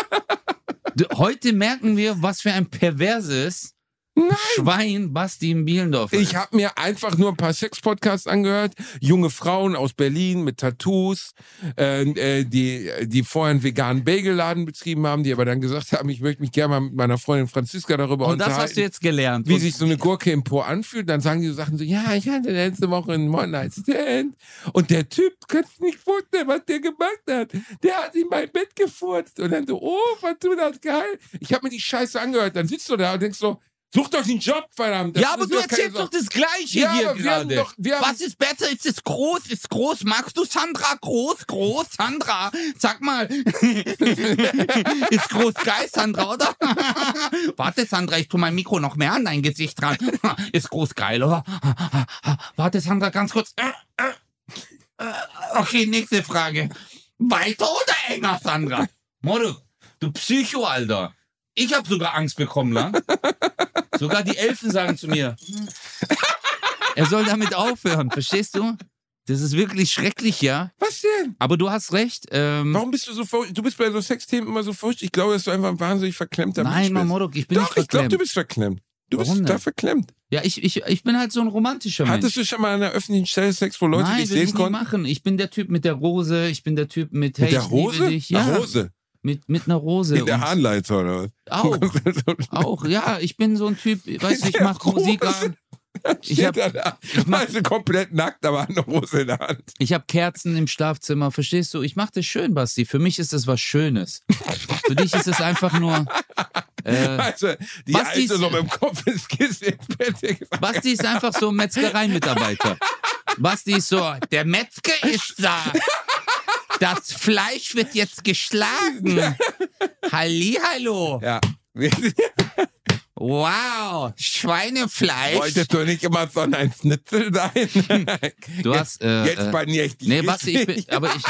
A: Du, Heute merken wir, was für ein Perverses Schwein Basti Bielendorfer.
B: Ich habe mir einfach nur ein paar Sex-Podcasts angehört. Junge Frauen aus Berlin mit Tattoos, äh, äh, die, die vorher einen veganen Bagelladen betrieben haben, die aber dann gesagt haben, ich möchte mich gerne mal mit meiner Freundin Franziska darüber
A: und das
B: unterhalten.
A: hast du jetzt gelernt.
B: wie
A: Und
B: sich so eine Gurke im Po anfühlt, dann sagen die so Sachen so, ja, ich hatte letzte Woche einen One-Night-Stand und der Typ, kannst nicht vorstellen, was der gemacht hat. Der hat in mein Bett gefurzt und dann so, oh, was du das geil. Ich habe mir die Scheiße angehört, dann sitzt du da und denkst so, such doch den Job, verdammt. Das
A: ja, aber
B: ist
A: du
B: keine
A: erzählst
B: Sau-
A: doch das Gleiche
B: Ja,
A: hier
B: aber wir haben
A: gerade.
B: doch- wir haben-
A: Was ist besser? Ist es groß? Ist groß? Magst du Sandra? Groß, groß, Sandra. Sag mal. ist groß geil, Sandra, oder? Warte, Sandra, ich tu mein Mikro noch mehr an dein Gesicht dran. ist groß geil, oder? Warte, Sandra, ganz kurz. Äh, äh, äh, Okay, nächste Frage. Weiter oder enger, Sandra? Mordu, du Psycho, Alter. Ich hab sogar Angst bekommen, lang. Sogar die Elfen sagen zu mir, er soll damit aufhören, verstehst du? Das ist wirklich schrecklich, ja.
B: Was denn?
A: Aber du hast recht. Ähm,
B: Warum bist du so furcht? Du bist bei so Sexthemen immer so furcht. Ich glaube, dass du einfach ein wahnsinnig verklemmter
A: nein,
B: Mensch bist.
A: Mamorok, ich bin
B: Doch, ich
A: nicht
B: glaube,
A: verklemmt.
B: du bist verklemmt. Du bist
A: Warum denn?
B: da verklemmt.
A: ja, ich, ich, ich bin halt so ein romantischer Mensch.
B: Hattest du schon mal an einer öffentlichen Stelle Sex, wo Leute
A: Nein,
B: dich
A: will
B: sehen
A: ich nie
B: konnten?
A: machen. Ich bin der Typ mit der Rose, ich bin der Typ mit, hey,
B: Mit der
A: ich
B: Hose?
A: liebe dich. Ja,
B: Eine Hose.
A: Mit, mit einer Rose.
B: In der
A: Und
B: Hahnleiter oder was?
A: auch, auch, ja, ich bin so ein Typ, weißt du, ich
B: der
A: mach Musik
B: Rose?
A: an,
B: ich
A: hab-
B: hab, da, also komplett nackt, aber hat eine Hose in der Hand.
A: ich habe Kerzen im Schlafzimmer, verstehst du? Ich mach das schön, Basti. Für mich ist das was Schönes. Für dich ist es einfach nur... Äh,
B: Also, die
A: Was
B: Alte
A: dies-
B: so mit dem Kopf ins Kissen im Bett.
A: Basti ist einfach so ein Metzgereimitarbeiter. Basti ist so, der Metzger ist da. Das Fleisch wird jetzt geschlagen. Hallihallo.
B: Ja.
A: Wow. Schweinefleisch.
B: Wolltest du nicht immer so ein Schnitzel sein?
A: Du hast. Äh,
B: Jetzt
A: äh,
B: panier ich dich.
A: nee, Basti, ich bin,
B: richtig.
A: aber ich,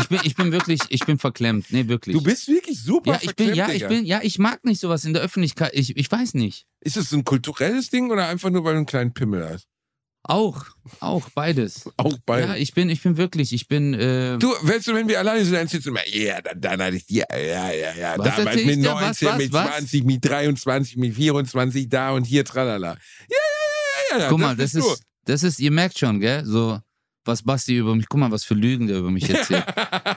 A: ich bin, ich bin wirklich, ich bin verklemmt. Nee, wirklich.
B: Du bist wirklich super
A: ja, ich bin,
B: verklemmt,
A: ja, ich
B: Digga.
A: bin, ja, ich mag nicht sowas in der Öffentlichkeit. Ich, ich weiß nicht.
B: Ist es ein kulturelles Ding oder einfach nur, weil du einen kleinen Pimmel hast?
A: Auch, auch beides.
B: Auch bei.
A: Ja, ich bin, ich bin wirklich, ich bin. Äh,
B: Du, weißt du, wenn wir alleine sind, dann sitzt du immer, ja, dann, dann hatte ich die, ja, ja, ja,
A: Was
B: damals
A: erzähl ich
B: mit
A: da?
B: 19,
A: Was, was,
B: mit
A: was?
B: 20, mit 23, mit 24, da und hier, tralala. Ja, ja, ja, ja, ja.
A: Guck mal, das,
B: bist du.
A: ist, das ist, ihr merkt schon, gell? So, was Basti über mich, guck mal, was für Lügen der über mich erzählt.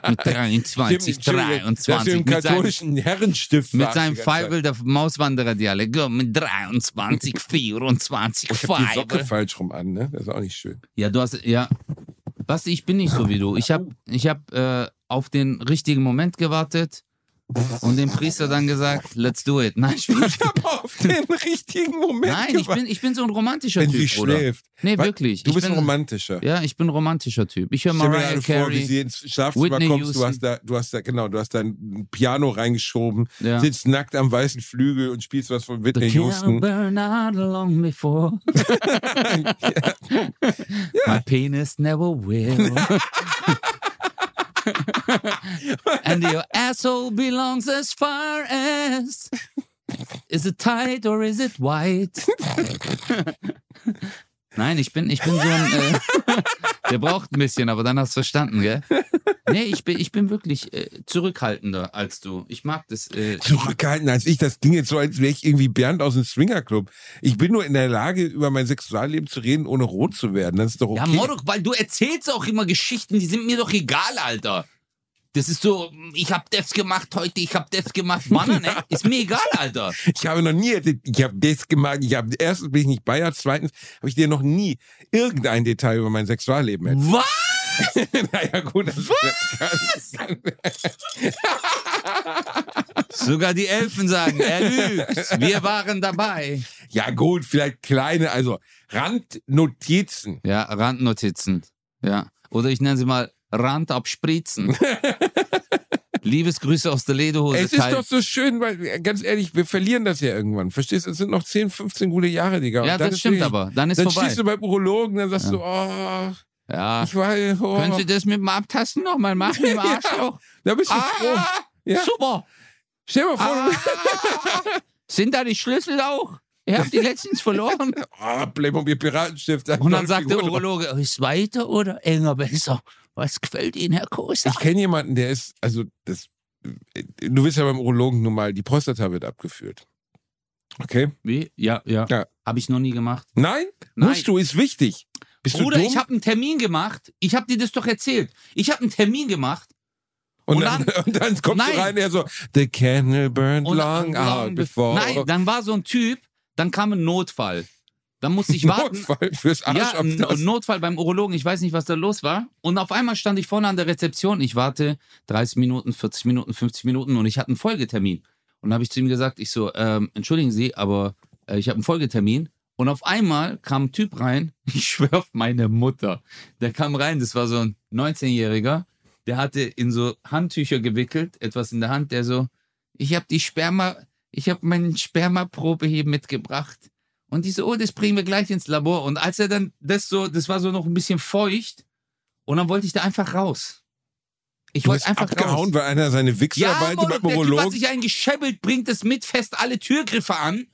A: mit 23,
B: Stimmt, Entschuldigung, Dass du
A: 23,
B: im
A: mit seinem,
B: katholischen Herrenstift
A: mit
B: warst die
A: seinem
B: ganze Zeit.
A: Feivel, der Mauswanderer-Dialekt, ja, mit 23, 24,
B: Oh, Ich hab die Socke
A: Feivel.
B: falsch rum an, ne? Das ist auch nicht schön.
A: Ja, du hast, ja. Basti, ich bin nicht so wie du. Ich hab, ich hab äh, auf den richtigen Moment gewartet und dem Priester dann gesagt, let's do it. Nein, ich bin,
B: Ich hab auf den richtigen Moment
A: nein, ich
B: gewartet.
A: bin, ich bin so ein romantischer
B: Wenn sie
A: Typ, Bruder.
B: schläft.
A: Nee,
B: Was?
A: wirklich.
B: Du
A: ich
B: bist
A: bin,
B: ein romantischer.
A: Ja, ich bin ein romantischer Typ. Ich höre
B: Ich stell mir
A: Mariah
B: gerade vor, wie
A: Carey.
B: sie ins Schlafzimmer
A: Whitney
B: kommst, du
A: Houston.
B: hast da, du hast da, genau, du hast da ein Piano reingeschoben,
A: Ja.
B: sitzt nackt am weißen Flügel und spielst was von
A: The
B: Whitney
A: candle
B: Houston.
A: burned out long before. My penis never will. And your asshole belongs as far as. Is it tight or is it wide? Nein, ich bin, ich bin so ein. Äh, der braucht ein bisschen, aber dann hast du verstanden, gell? Nee, ich bin, ich bin wirklich äh, zurückhaltender als du. Ich mag das. Äh,
B: zurückgehalten als ich. Das Ding jetzt so, als wäre ich irgendwie Bernd aus dem Swingerclub. Ich bin nur in der Lage, über mein Sexualleben zu reden, ohne rot zu werden. Das ist doch okay.
A: Ja, Morok, weil du erzählst auch immer Geschichten, die sind mir doch egal, Alter. Das ist so, ich hab das gemacht heute, ich hab das gemacht, Mann, ne? Ist mir egal, Alter.
B: ich habe noch nie, ich habe das gemacht. Ich habe erstens bin ich nicht Bayer, zweitens habe ich dir noch nie irgendein Detail über mein Sexualleben erzählt.
A: Was?
B: naja, gut. Das Was?
A: Sogar die Elfen sagen, er lügt. Wir waren dabei.
B: ja, gut, vielleicht kleine, also Randnotizen.
A: Ja, Randnotizen. Ja. Oder ich nenne sie mal Rand abspritzen. Liebesgrüße aus der Lederhose.
B: Es ist doch so schön, weil ganz ehrlich, wir verlieren das ja irgendwann. Verstehst du? Es sind noch 10, 15 gute Jahre, Digga. Und
A: ja,
B: dann
A: das
B: ist
A: stimmt
B: wirklich-
A: aber. Dann ist
B: dann
A: vorbei.
B: stehst du beim Urologen, dann sagst du, oh,
A: Ja.
B: ich weiß, oh.
A: Können Sie das mit dem Abtasten nochmal machen im Arschloch?
B: da bist du froh.
A: Ah,
B: Ja.
A: super.
B: Stell dir mal vor, du bist,
A: Ah. Sind da die Schlüssel auch? Ihr habt die letztens verloren.
B: oh, Playmobil Piratenstift.
A: Und dann sagt der Urologe, ist weiter oder enger besser? Was gefällt Ihnen, Herr Kosa?
B: Ich kenne jemanden, der ist, also das, du wirst ja beim Urologen nun mal, die Prostata wird abgeführt. Okay.
A: Wie? Ja, ja.
B: Ja.
A: Habe ich noch nie gemacht.
B: Nein,
A: Nein.
B: musst du, ist wichtig. Bist
A: Bruder,
B: du dumm?
A: ich habe einen Termin gemacht. Ich habe dir das doch erzählt. Ich habe einen Termin gemacht
B: und,
A: und
B: dann, und dann kommst
A: Nein.
B: du rein, er so, the candle burned
A: und
B: long out before.
A: Nein, dann war so ein Typ, dann kam ein Notfall. Dann musste ich warten.
B: Notfall fürs Arsch
A: ja, ein ein Notfall beim Urologen. Ich weiß nicht, was da los war. Und auf einmal stand ich vorne an der Rezeption. Ich warte 30 Minuten, 40 Minuten, 50 Minuten und ich hatte einen Folgetermin. Und habe ich zu ihm gesagt, ich so, ähm, entschuldigen Sie, aber äh, ich habe einen Folgetermin. Und auf einmal kam ein Typ rein, ich schwör auf meine Mutter. Der kam rein, das war so ein 19-Jähriger, der hatte in so Handtücher gewickelt, etwas in der Hand, der so, ich habe die Sperma, ich habe meine Spermaprobe hier mitgebracht. Und die so, oh, das bringen wir gleich ins Labor. Und als er dann das so, das war so noch ein bisschen feucht. Und dann wollte ich da einfach raus. Ich
B: Du
A: wollte
B: bist
A: einfach
B: abgehauen,
A: raus.
B: weil einer seine
A: Ja,
B: Wichsarbeit
A: Mann, und
B: beim
A: der Typ hat
B: Urologen.
A: sich einen geschebbelt, bringt es mit, fest alle Türgriffe an.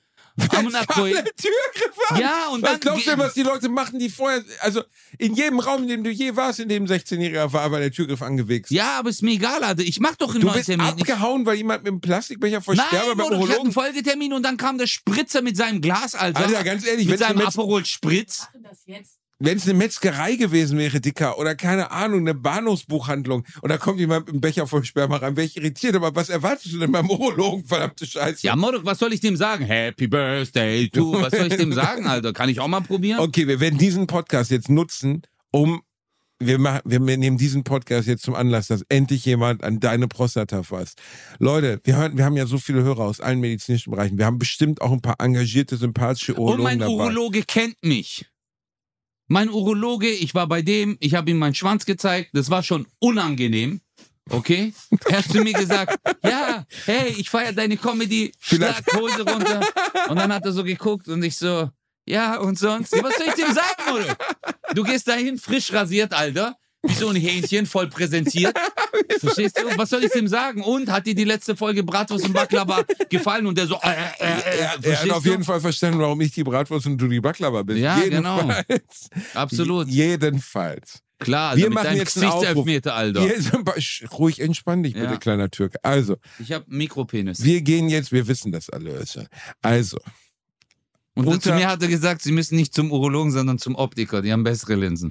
A: Amunakoy.
B: Türgriffe an.
A: Ja, und dann...
B: Was glaubst du, was die Leute machen, die vorher, also in jedem Raum, in dem du je warst, in dem ein 16-Jähriger war, war der Türgriff angewichst.
A: Ja, aber ist mir egal, Alter. Ich mach doch einen
B: du
A: neuen
B: bist
A: Termin. Ich-
B: abgehauen, weil jemand mit einem Plastikbecher vor
A: Nein,
B: Sterbe beim
A: Bruder, ich hatte einen
B: Urologen.
A: Folgetermin und dann kam der Spritzer mit seinem Glas, Alter.
B: Alter, ganz ehrlich,
A: mit
B: wenn's eine,
A: seinem
B: Metz,
A: Aperol Spritz.
D: das jetzt.
B: wenn's eine Metzgerei gewesen wäre, Dicker, oder keine Ahnung, eine Bahnhofsbuchhandlung, und da kommt jemand mit einem Becher voll Sperma rein, wäre ich irritiert, aber was erwartest du denn beim Urologen, verdammte Scheiße?
A: Ja, Morok, was soll ich dem sagen? Happy Birthday to. Was soll ich dem sagen, Alter? Kann ich auch mal probieren?
B: Okay, wir werden diesen Podcast jetzt nutzen, um. Wir, machen, wir nehmen diesen Podcast jetzt zum Anlass, dass endlich jemand an deine Prostata fasst. Leute, wir, hören, wir haben ja so viele Hörer aus allen medizinischen Bereichen. Wir haben bestimmt auch ein paar engagierte, sympathische
A: und
B: Urologen
A: mein
B: dabei.
A: Urologe kennt mich. Mein Urologe, ich war bei dem, ich habe ihm meinen Schwanz gezeigt, das war schon unangenehm. Okay? Er hat zu mir gesagt, ja, hey, ich feiere deine Comedy, schlag
B: Vielleicht-
A: Hose runter. Und dann hat er so geguckt und ich so, ja, und sonst? Was soll ich dem sagen, oder? Du gehst dahin, frisch rasiert, Alter. Wie so ein Hähnchen, voll präsentiert. Verstehst du? Was soll ich dem sagen? Und hat dir die letzte Folge Bratwurst und Baklava gefallen? Und der so, äh, äh, äh,
B: er, er hat
A: verstehst
B: auf
A: du?
B: jeden Fall verstanden, warum ich die Bratwurst und du die Baklava bist.
A: Ja, genau.
B: Jedenfalls.
A: Absolut.
B: Jedenfalls.
A: Klar, also
B: Wir
A: mit
B: machen
A: deinem
B: jetzt einen Aufruf.
A: Gesichtselfmeter, Alter.
B: Hier ist ein paar- Sch- ruhig entspann dich bitte,
A: Ja.
B: kleiner Türke. Also,
A: Ich habe Mikropenis.
B: wir gehen jetzt, wir wissen das alle. Özcan. Also,
A: Und dann zu
B: Unter-
A: mir hat er gesagt, sie müssen nicht zum Urologen, sondern zum Optiker. Die haben bessere Linsen.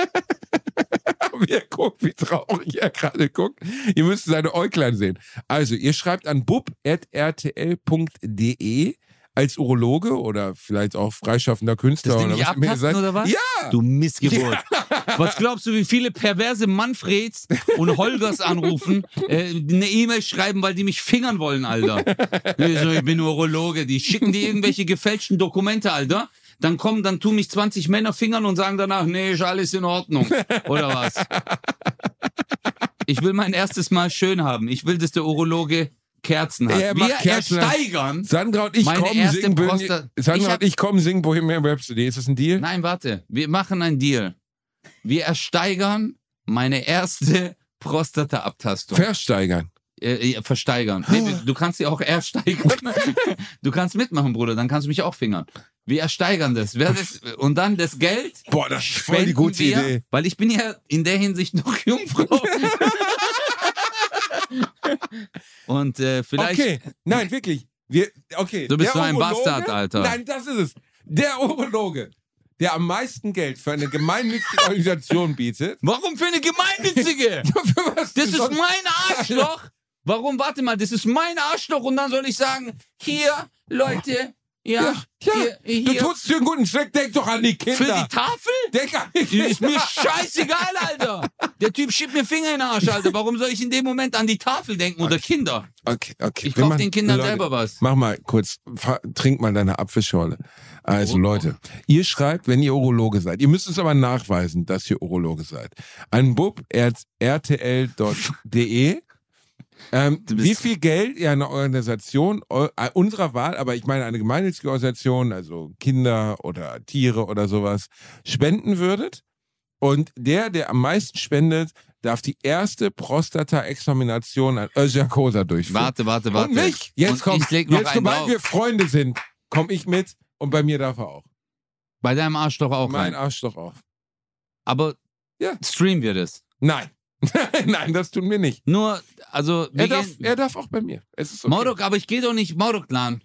B: Wer guckt, wie traurig er gerade guckt. Ihr müsst seine Äuglein sehen. Also, ihr schreibt an bub.rtl.de e als Urologe oder vielleicht auch freischaffender Künstler
A: Das Ding
B: oder
A: nicht
B: was immer ihr
A: abtasten
B: seid.
A: oder was?
B: Ja!
A: Du Missgeburt. Was glaubst du, wie viele perverse Manfreds und Holgers anrufen, äh, eine E-Mail schreiben, weil die mich fingern wollen, Alter? Die so, Ich bin Urologe. Die schicken dir irgendwelche gefälschten Dokumente, Alter. Dann kommen, dann tun mich 20 Männer fingern und sagen danach, nee, ist alles in Ordnung. Oder was? Ich will mein erstes Mal schön haben. Ich will, dass der Urologe Kerzen hat.
B: Er macht
A: Wir
B: Kerzen.
A: ersteigern.
B: Sandra und ich
A: Meine
B: kommen
A: erste
B: singen Bohem-
A: Prosta- Ich
B: Sandra
A: hab-
B: und ich kommen singen Bohemian Rhapsody. Ist das ein Deal?
A: Nein, warte. Wir machen einen Deal. Wir ersteigern meine erste Prostata-Abtastung.
B: Versteigern.
A: Äh, äh, versteigern. Nee, du, du kannst sie auch ersteigern. Du kannst mitmachen, Bruder. Dann kannst du mich auch fingern. Wir ersteigern das. Wer das und dann das Geld.
B: Boah, das ist voll die
A: spenden
B: gute
A: wir,
B: Idee.
A: Weil ich bin ja in der Hinsicht noch Jungfrau. und äh, vielleicht.
B: Okay, nein, wirklich. Wir, okay.
A: Du bist
B: Der
A: so ein
B: Urologe-
A: Bastard, Alter.
B: Nein, das ist es. Der Urologe, der am meisten Geld für eine gemeinnützige Organisation bietet.
A: Warum für eine gemeinnützige?
B: Für was
A: Das
B: denn
A: ist
B: sonst?
A: mein Arschloch. Warum? Warte mal, das ist mein Arschloch und dann soll ich sagen, hier, Leute, ja,
B: Ja,
A: hier,
B: Du
A: hier
B: tust dir einen guten Zweck, denk doch an die
A: für
B: Kinder.
A: die Tafel?
B: denk an die Kinder.
A: Ist mir scheißegal, Alter. Der Typ schiebt mir Finger in den Arsch, Alter. Warum soll ich in dem Moment an die Tafel denken oder Kinder?
B: Okay, okay.
A: Ich
B: wir
A: kauf
B: machen-
A: den Kindern
B: Leute,
A: selber was.
B: Mach mal kurz, fa- trink mal deine Apfelschorle. Also Leute, ihr schreibt, wenn ihr Urologe seid, ihr müsst es aber nachweisen, dass ihr Urologe seid, an bub.rtl.de e. ähm,
A: bist-
B: wie viel Geld ihr einer Organisation eu- äh, unserer Wahl, aber ich meine eine gemeinnützige Organisation, also Kinder oder Tiere oder sowas, spenden würdet. Und der, der am meisten spendet, darf die erste Prostata-Examination an Özcan Kosa durchführen.
A: Warte, warte, warte.
B: Und mich. Jetzt
A: Und
B: kommt.
A: Ich leg noch
B: jetzt,
A: einen
B: sobald
A: drauf.
B: wir Freunde sind, komme ich mit und bei mir darf er auch.
A: Bei deinem Arschloch auch
B: mein
A: rein.
B: Arsch doch auch.
A: Aber
B: Ja.
A: streamen wir das.
B: Nein. Nein, das tun wir nicht.
A: Nur, also, wir
B: Er darf,
A: gehen,
B: er darf auch bei mir. Es ist okay.
A: Mordok, aber ich gehe doch nicht Mordok lan.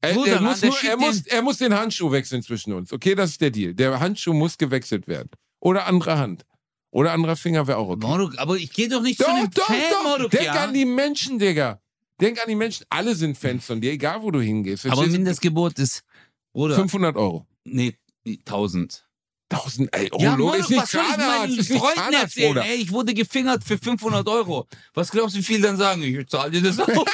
B: Er,
A: Bruder,
B: er,
A: Mann,
B: muss
A: der
B: nur, er,
A: schiebt
B: muss, er muss den Handschuh wechseln zwischen uns. Okay, das ist der Deal. Der Handschuh muss gewechselt werden. Oder andere Hand. Oder anderer Finger wäre auch okay.
A: Moruk, aber ich gehe doch nicht zu
B: Doch,
A: einem
B: doch,
A: Fan,
B: doch.
A: Moruk,
B: Denk
A: ja?
B: an die Menschen, Digga. Denk an die Menschen. Alle sind Fans von dir, egal wo du hingehst.
A: Aber
B: Verstehst du?
A: Mindestgebot ist, Bruder,
B: 500 Euro.
A: nee, 1000.
B: 1000, ey, oh,
A: ja,
B: Lo-
A: Moruk,
B: ist nicht
A: was soll ich
B: Zahnarzt,
A: meinen
B: ist nicht
A: Freunden
B: Zahnarzt,
A: erzählen?
B: Bruder.
A: Ey, ich wurde gefingert für 500 Euro. Was glaubst du, wie viel dann sagen? Ich zahle dir das auch.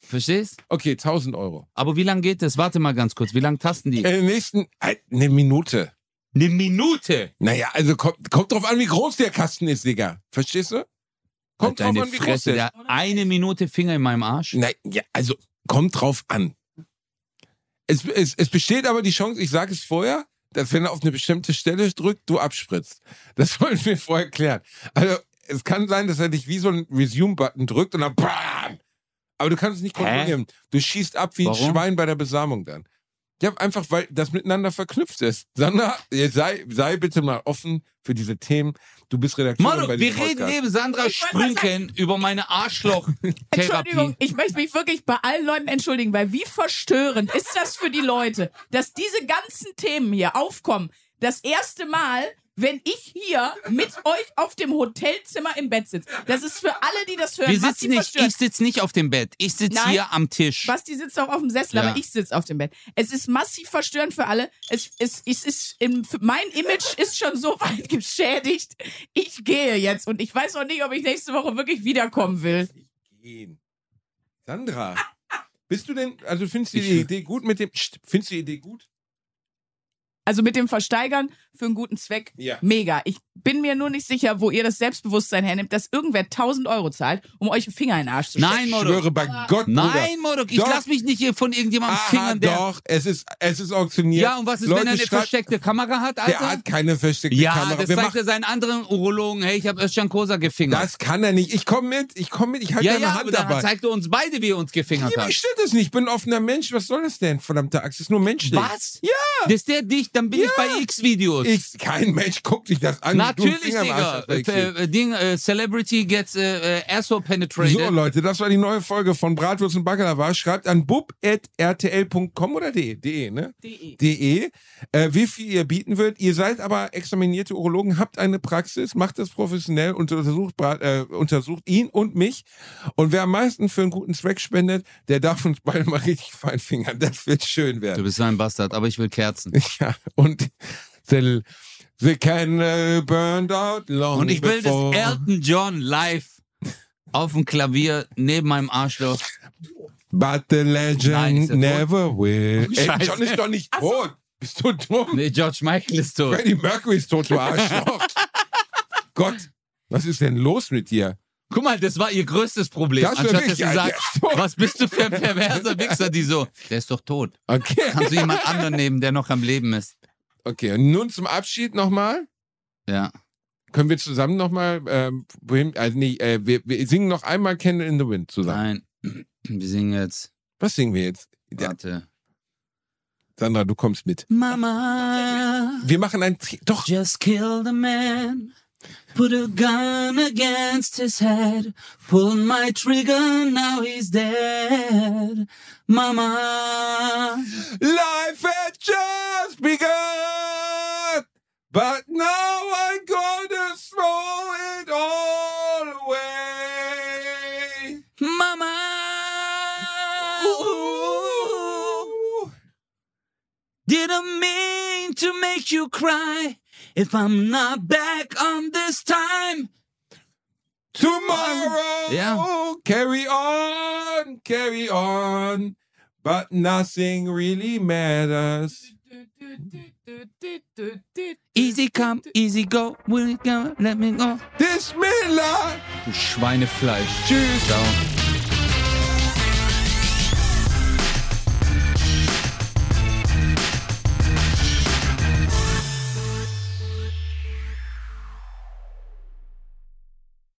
A: Verstehst?
B: Okay, 1000 Euro.
A: Aber wie lange geht das? Warte mal ganz kurz. Wie lange tasten die?
B: Äh, nächsten, äh, eine Minute.
A: Eine Minute.
B: Naja, also kommt, kommt drauf an, wie groß der Kasten ist, Digga. Verstehst du? Kommt drauf
A: Halt Deine
B: an, wie groß
A: Fresse,
B: der ist.
A: der hat eine Minute Finger in meinem Arsch.
B: Na, ja, also kommt drauf an. Es, es, es besteht aber die Chance, ich sage es vorher, dass wenn er auf eine bestimmte Stelle drückt, du abspritzt. Das wollen wir vorher klären. Also es kann sein, dass er dich wie so einen Resume-Button drückt und dann BAM! Aber du kannst es nicht
A: Hä?
B: kontrollieren. Du schießt ab wie
A: Warum?
B: ein Schwein bei der Besamung dann. Ja, einfach, weil das miteinander verknüpft ist. Sandra, jetzt sei, sei bitte mal offen für diese Themen. Du bist Redakteurin
A: Manu,
B: bei
A: wir
B: diesem
A: reden
B: Podcast.
A: neben Sandra
C: Ich wollte was
A: Sprünken über meine
C: Entschuldigung,
A: Arschloch-Therapie.
C: ich möchte mich wirklich bei allen Leuten entschuldigen, weil wie verstörend ist das für die Leute, dass diese ganzen Themen hier aufkommen. Das erste Mal, wenn ich hier mit euch auf dem Hotelzimmer im Bett sitze. Das ist für alle, die das hören,
A: Wir
C: massiv
A: sitzen nicht,
C: verstörend.
A: ich sitze nicht auf dem Bett. Ich sitze
C: Nein.
A: hier am Tisch.
C: Basti sitzt auch auf dem Sessel,
A: Ja.
C: aber ich sitze auf dem Bett. Es ist massiv verstörend für alle. Es, es, es ist im, für- mein Image ist schon so weit geschädigt. Ich gehe jetzt und ich weiß auch nicht, ob ich nächste Woche wirklich wiederkommen will.
B: gehen. Sandra, bist du denn, also findest du
A: Ich-
B: die Idee gut mit dem, Psst, findest du die Idee gut?
C: Also mit dem Versteigern für einen guten Zweck.
B: Ja.
C: Mega. Ich bin mir nur nicht sicher, wo ihr das Selbstbewusstsein hernimmt, dass irgendwer 1000 Euro zahlt, um euch einen Finger in den Arsch zu stecken.
A: Nein,
B: Ich
A: Moruk.
B: schwöre bei Gott,
A: Nein, Moruk, ich
B: Doch.
A: lass mich nicht hier von
B: Bruder.
A: irgendjemandem
B: Aha,
A: fingern. Der,
B: doch, es ist, es ist auktioniert.
A: ja, und was ist,
B: Leute,
A: wenn er eine
B: schreibt-
A: versteckte Kamera hat,
B: Der
A: Alter?
B: hat keine versteckte
A: ja,
B: Kamera.
A: das
B: Wir
A: zeigt
B: machen,
A: er seinen anderen Urologen. Hey, ich habe Özcan Kosa gefingert.
B: das kann er nicht. Ich komme mit, ich komme mit, ich halte
A: ja,
B: deine
A: ja, aber
B: Hand
A: dann
B: dabei.
A: zeigt er uns beide, wie er uns gefingert
B: Ja,
A: hat.
B: Ich stelle das nicht, ich bin ein offener Mensch. Was soll das denn, verdammte Axt? Das ist nur menschlich.
A: Was?
B: Ja.
A: Dass der dich, dann bin ich bei X-Videos.
B: Ich, kein Mensch guckt dich das an. wie du einen
A: Natürlich,
B: Finger im
A: Digga.
B: Arsch hast, Alexi.
A: Äh, äh, Ding, äh, Celebrity gets äh, äh, asshole penetrated.
B: So, Leute, das war die neue Folge von Bratwurst und Baklava. Schreibt an bub.rtl.com oder de, de, ne?
C: DE.
B: De, äh, wie viel ihr bieten würdet. Ihr seid aber examinierte Urologen, habt eine Praxis, macht das professionell und untersucht, Brat- äh, untersucht ihn und mich. Und wer am meisten für einen guten Zweck spendet, der darf uns beide mal richtig fein fingern. Das wird schön werden.
A: Du bist ein Bastard, aber ich will Kerzen.
B: Ja, und the, the candle äh, burned out long
A: Und ich will,
B: before.
A: dass Elton John live auf dem Klavier neben meinem Arschloch.
B: But the legend
A: Nein, ist er tot?
B: never will. Ey,
A: Scheiße.
B: John ist doch nicht
C: Ach so.
B: tot. Bist du dumm?
A: Nee, George Michael ist tot.
B: Freddie Mercury ist tot, du Arschloch. Gott, was ist denn los mit dir?
A: Guck mal, das war ihr größtes Problem.
B: Das war
A: Anstatt dass
B: wirklich
A: sie
B: ein-
A: sagt,
B: der ist tot.
A: was bist du für ein perverser Wichser, die so, der ist doch tot.
B: Okay.
A: Kannst du jemand anderen nehmen, der noch am Leben ist?
B: Okay, und nun zum Abschied nochmal.
A: Ja.
B: Können wir zusammen nochmal, ähm, Bohem- also nee, äh, wir, wir singen noch einmal Candle in the Wind zusammen.
A: Nein. Wir singen jetzt.
B: Was singen wir jetzt? Ja,
A: Warte.
B: Sandra, du kommst mit.
A: Mama.
B: Wir machen ein, Tri- doch,
A: Just kill the man. Put a gun against his head. Pull my trigger, now he's dead. Mama.
B: Life had just begun, but now I'm gonna throw it all away.
A: Mama.
B: Ooh.
A: Didn't mean to make you cry. If I'm not back on this time.
B: Tomorrow,
A: Ja.
B: carry on, carry on, but nothing really matters.
A: Easy come, easy go. Will you go? Let me go.
B: This Miller,
A: Du Schweinefleisch.
B: tschüss.
A: Ciao.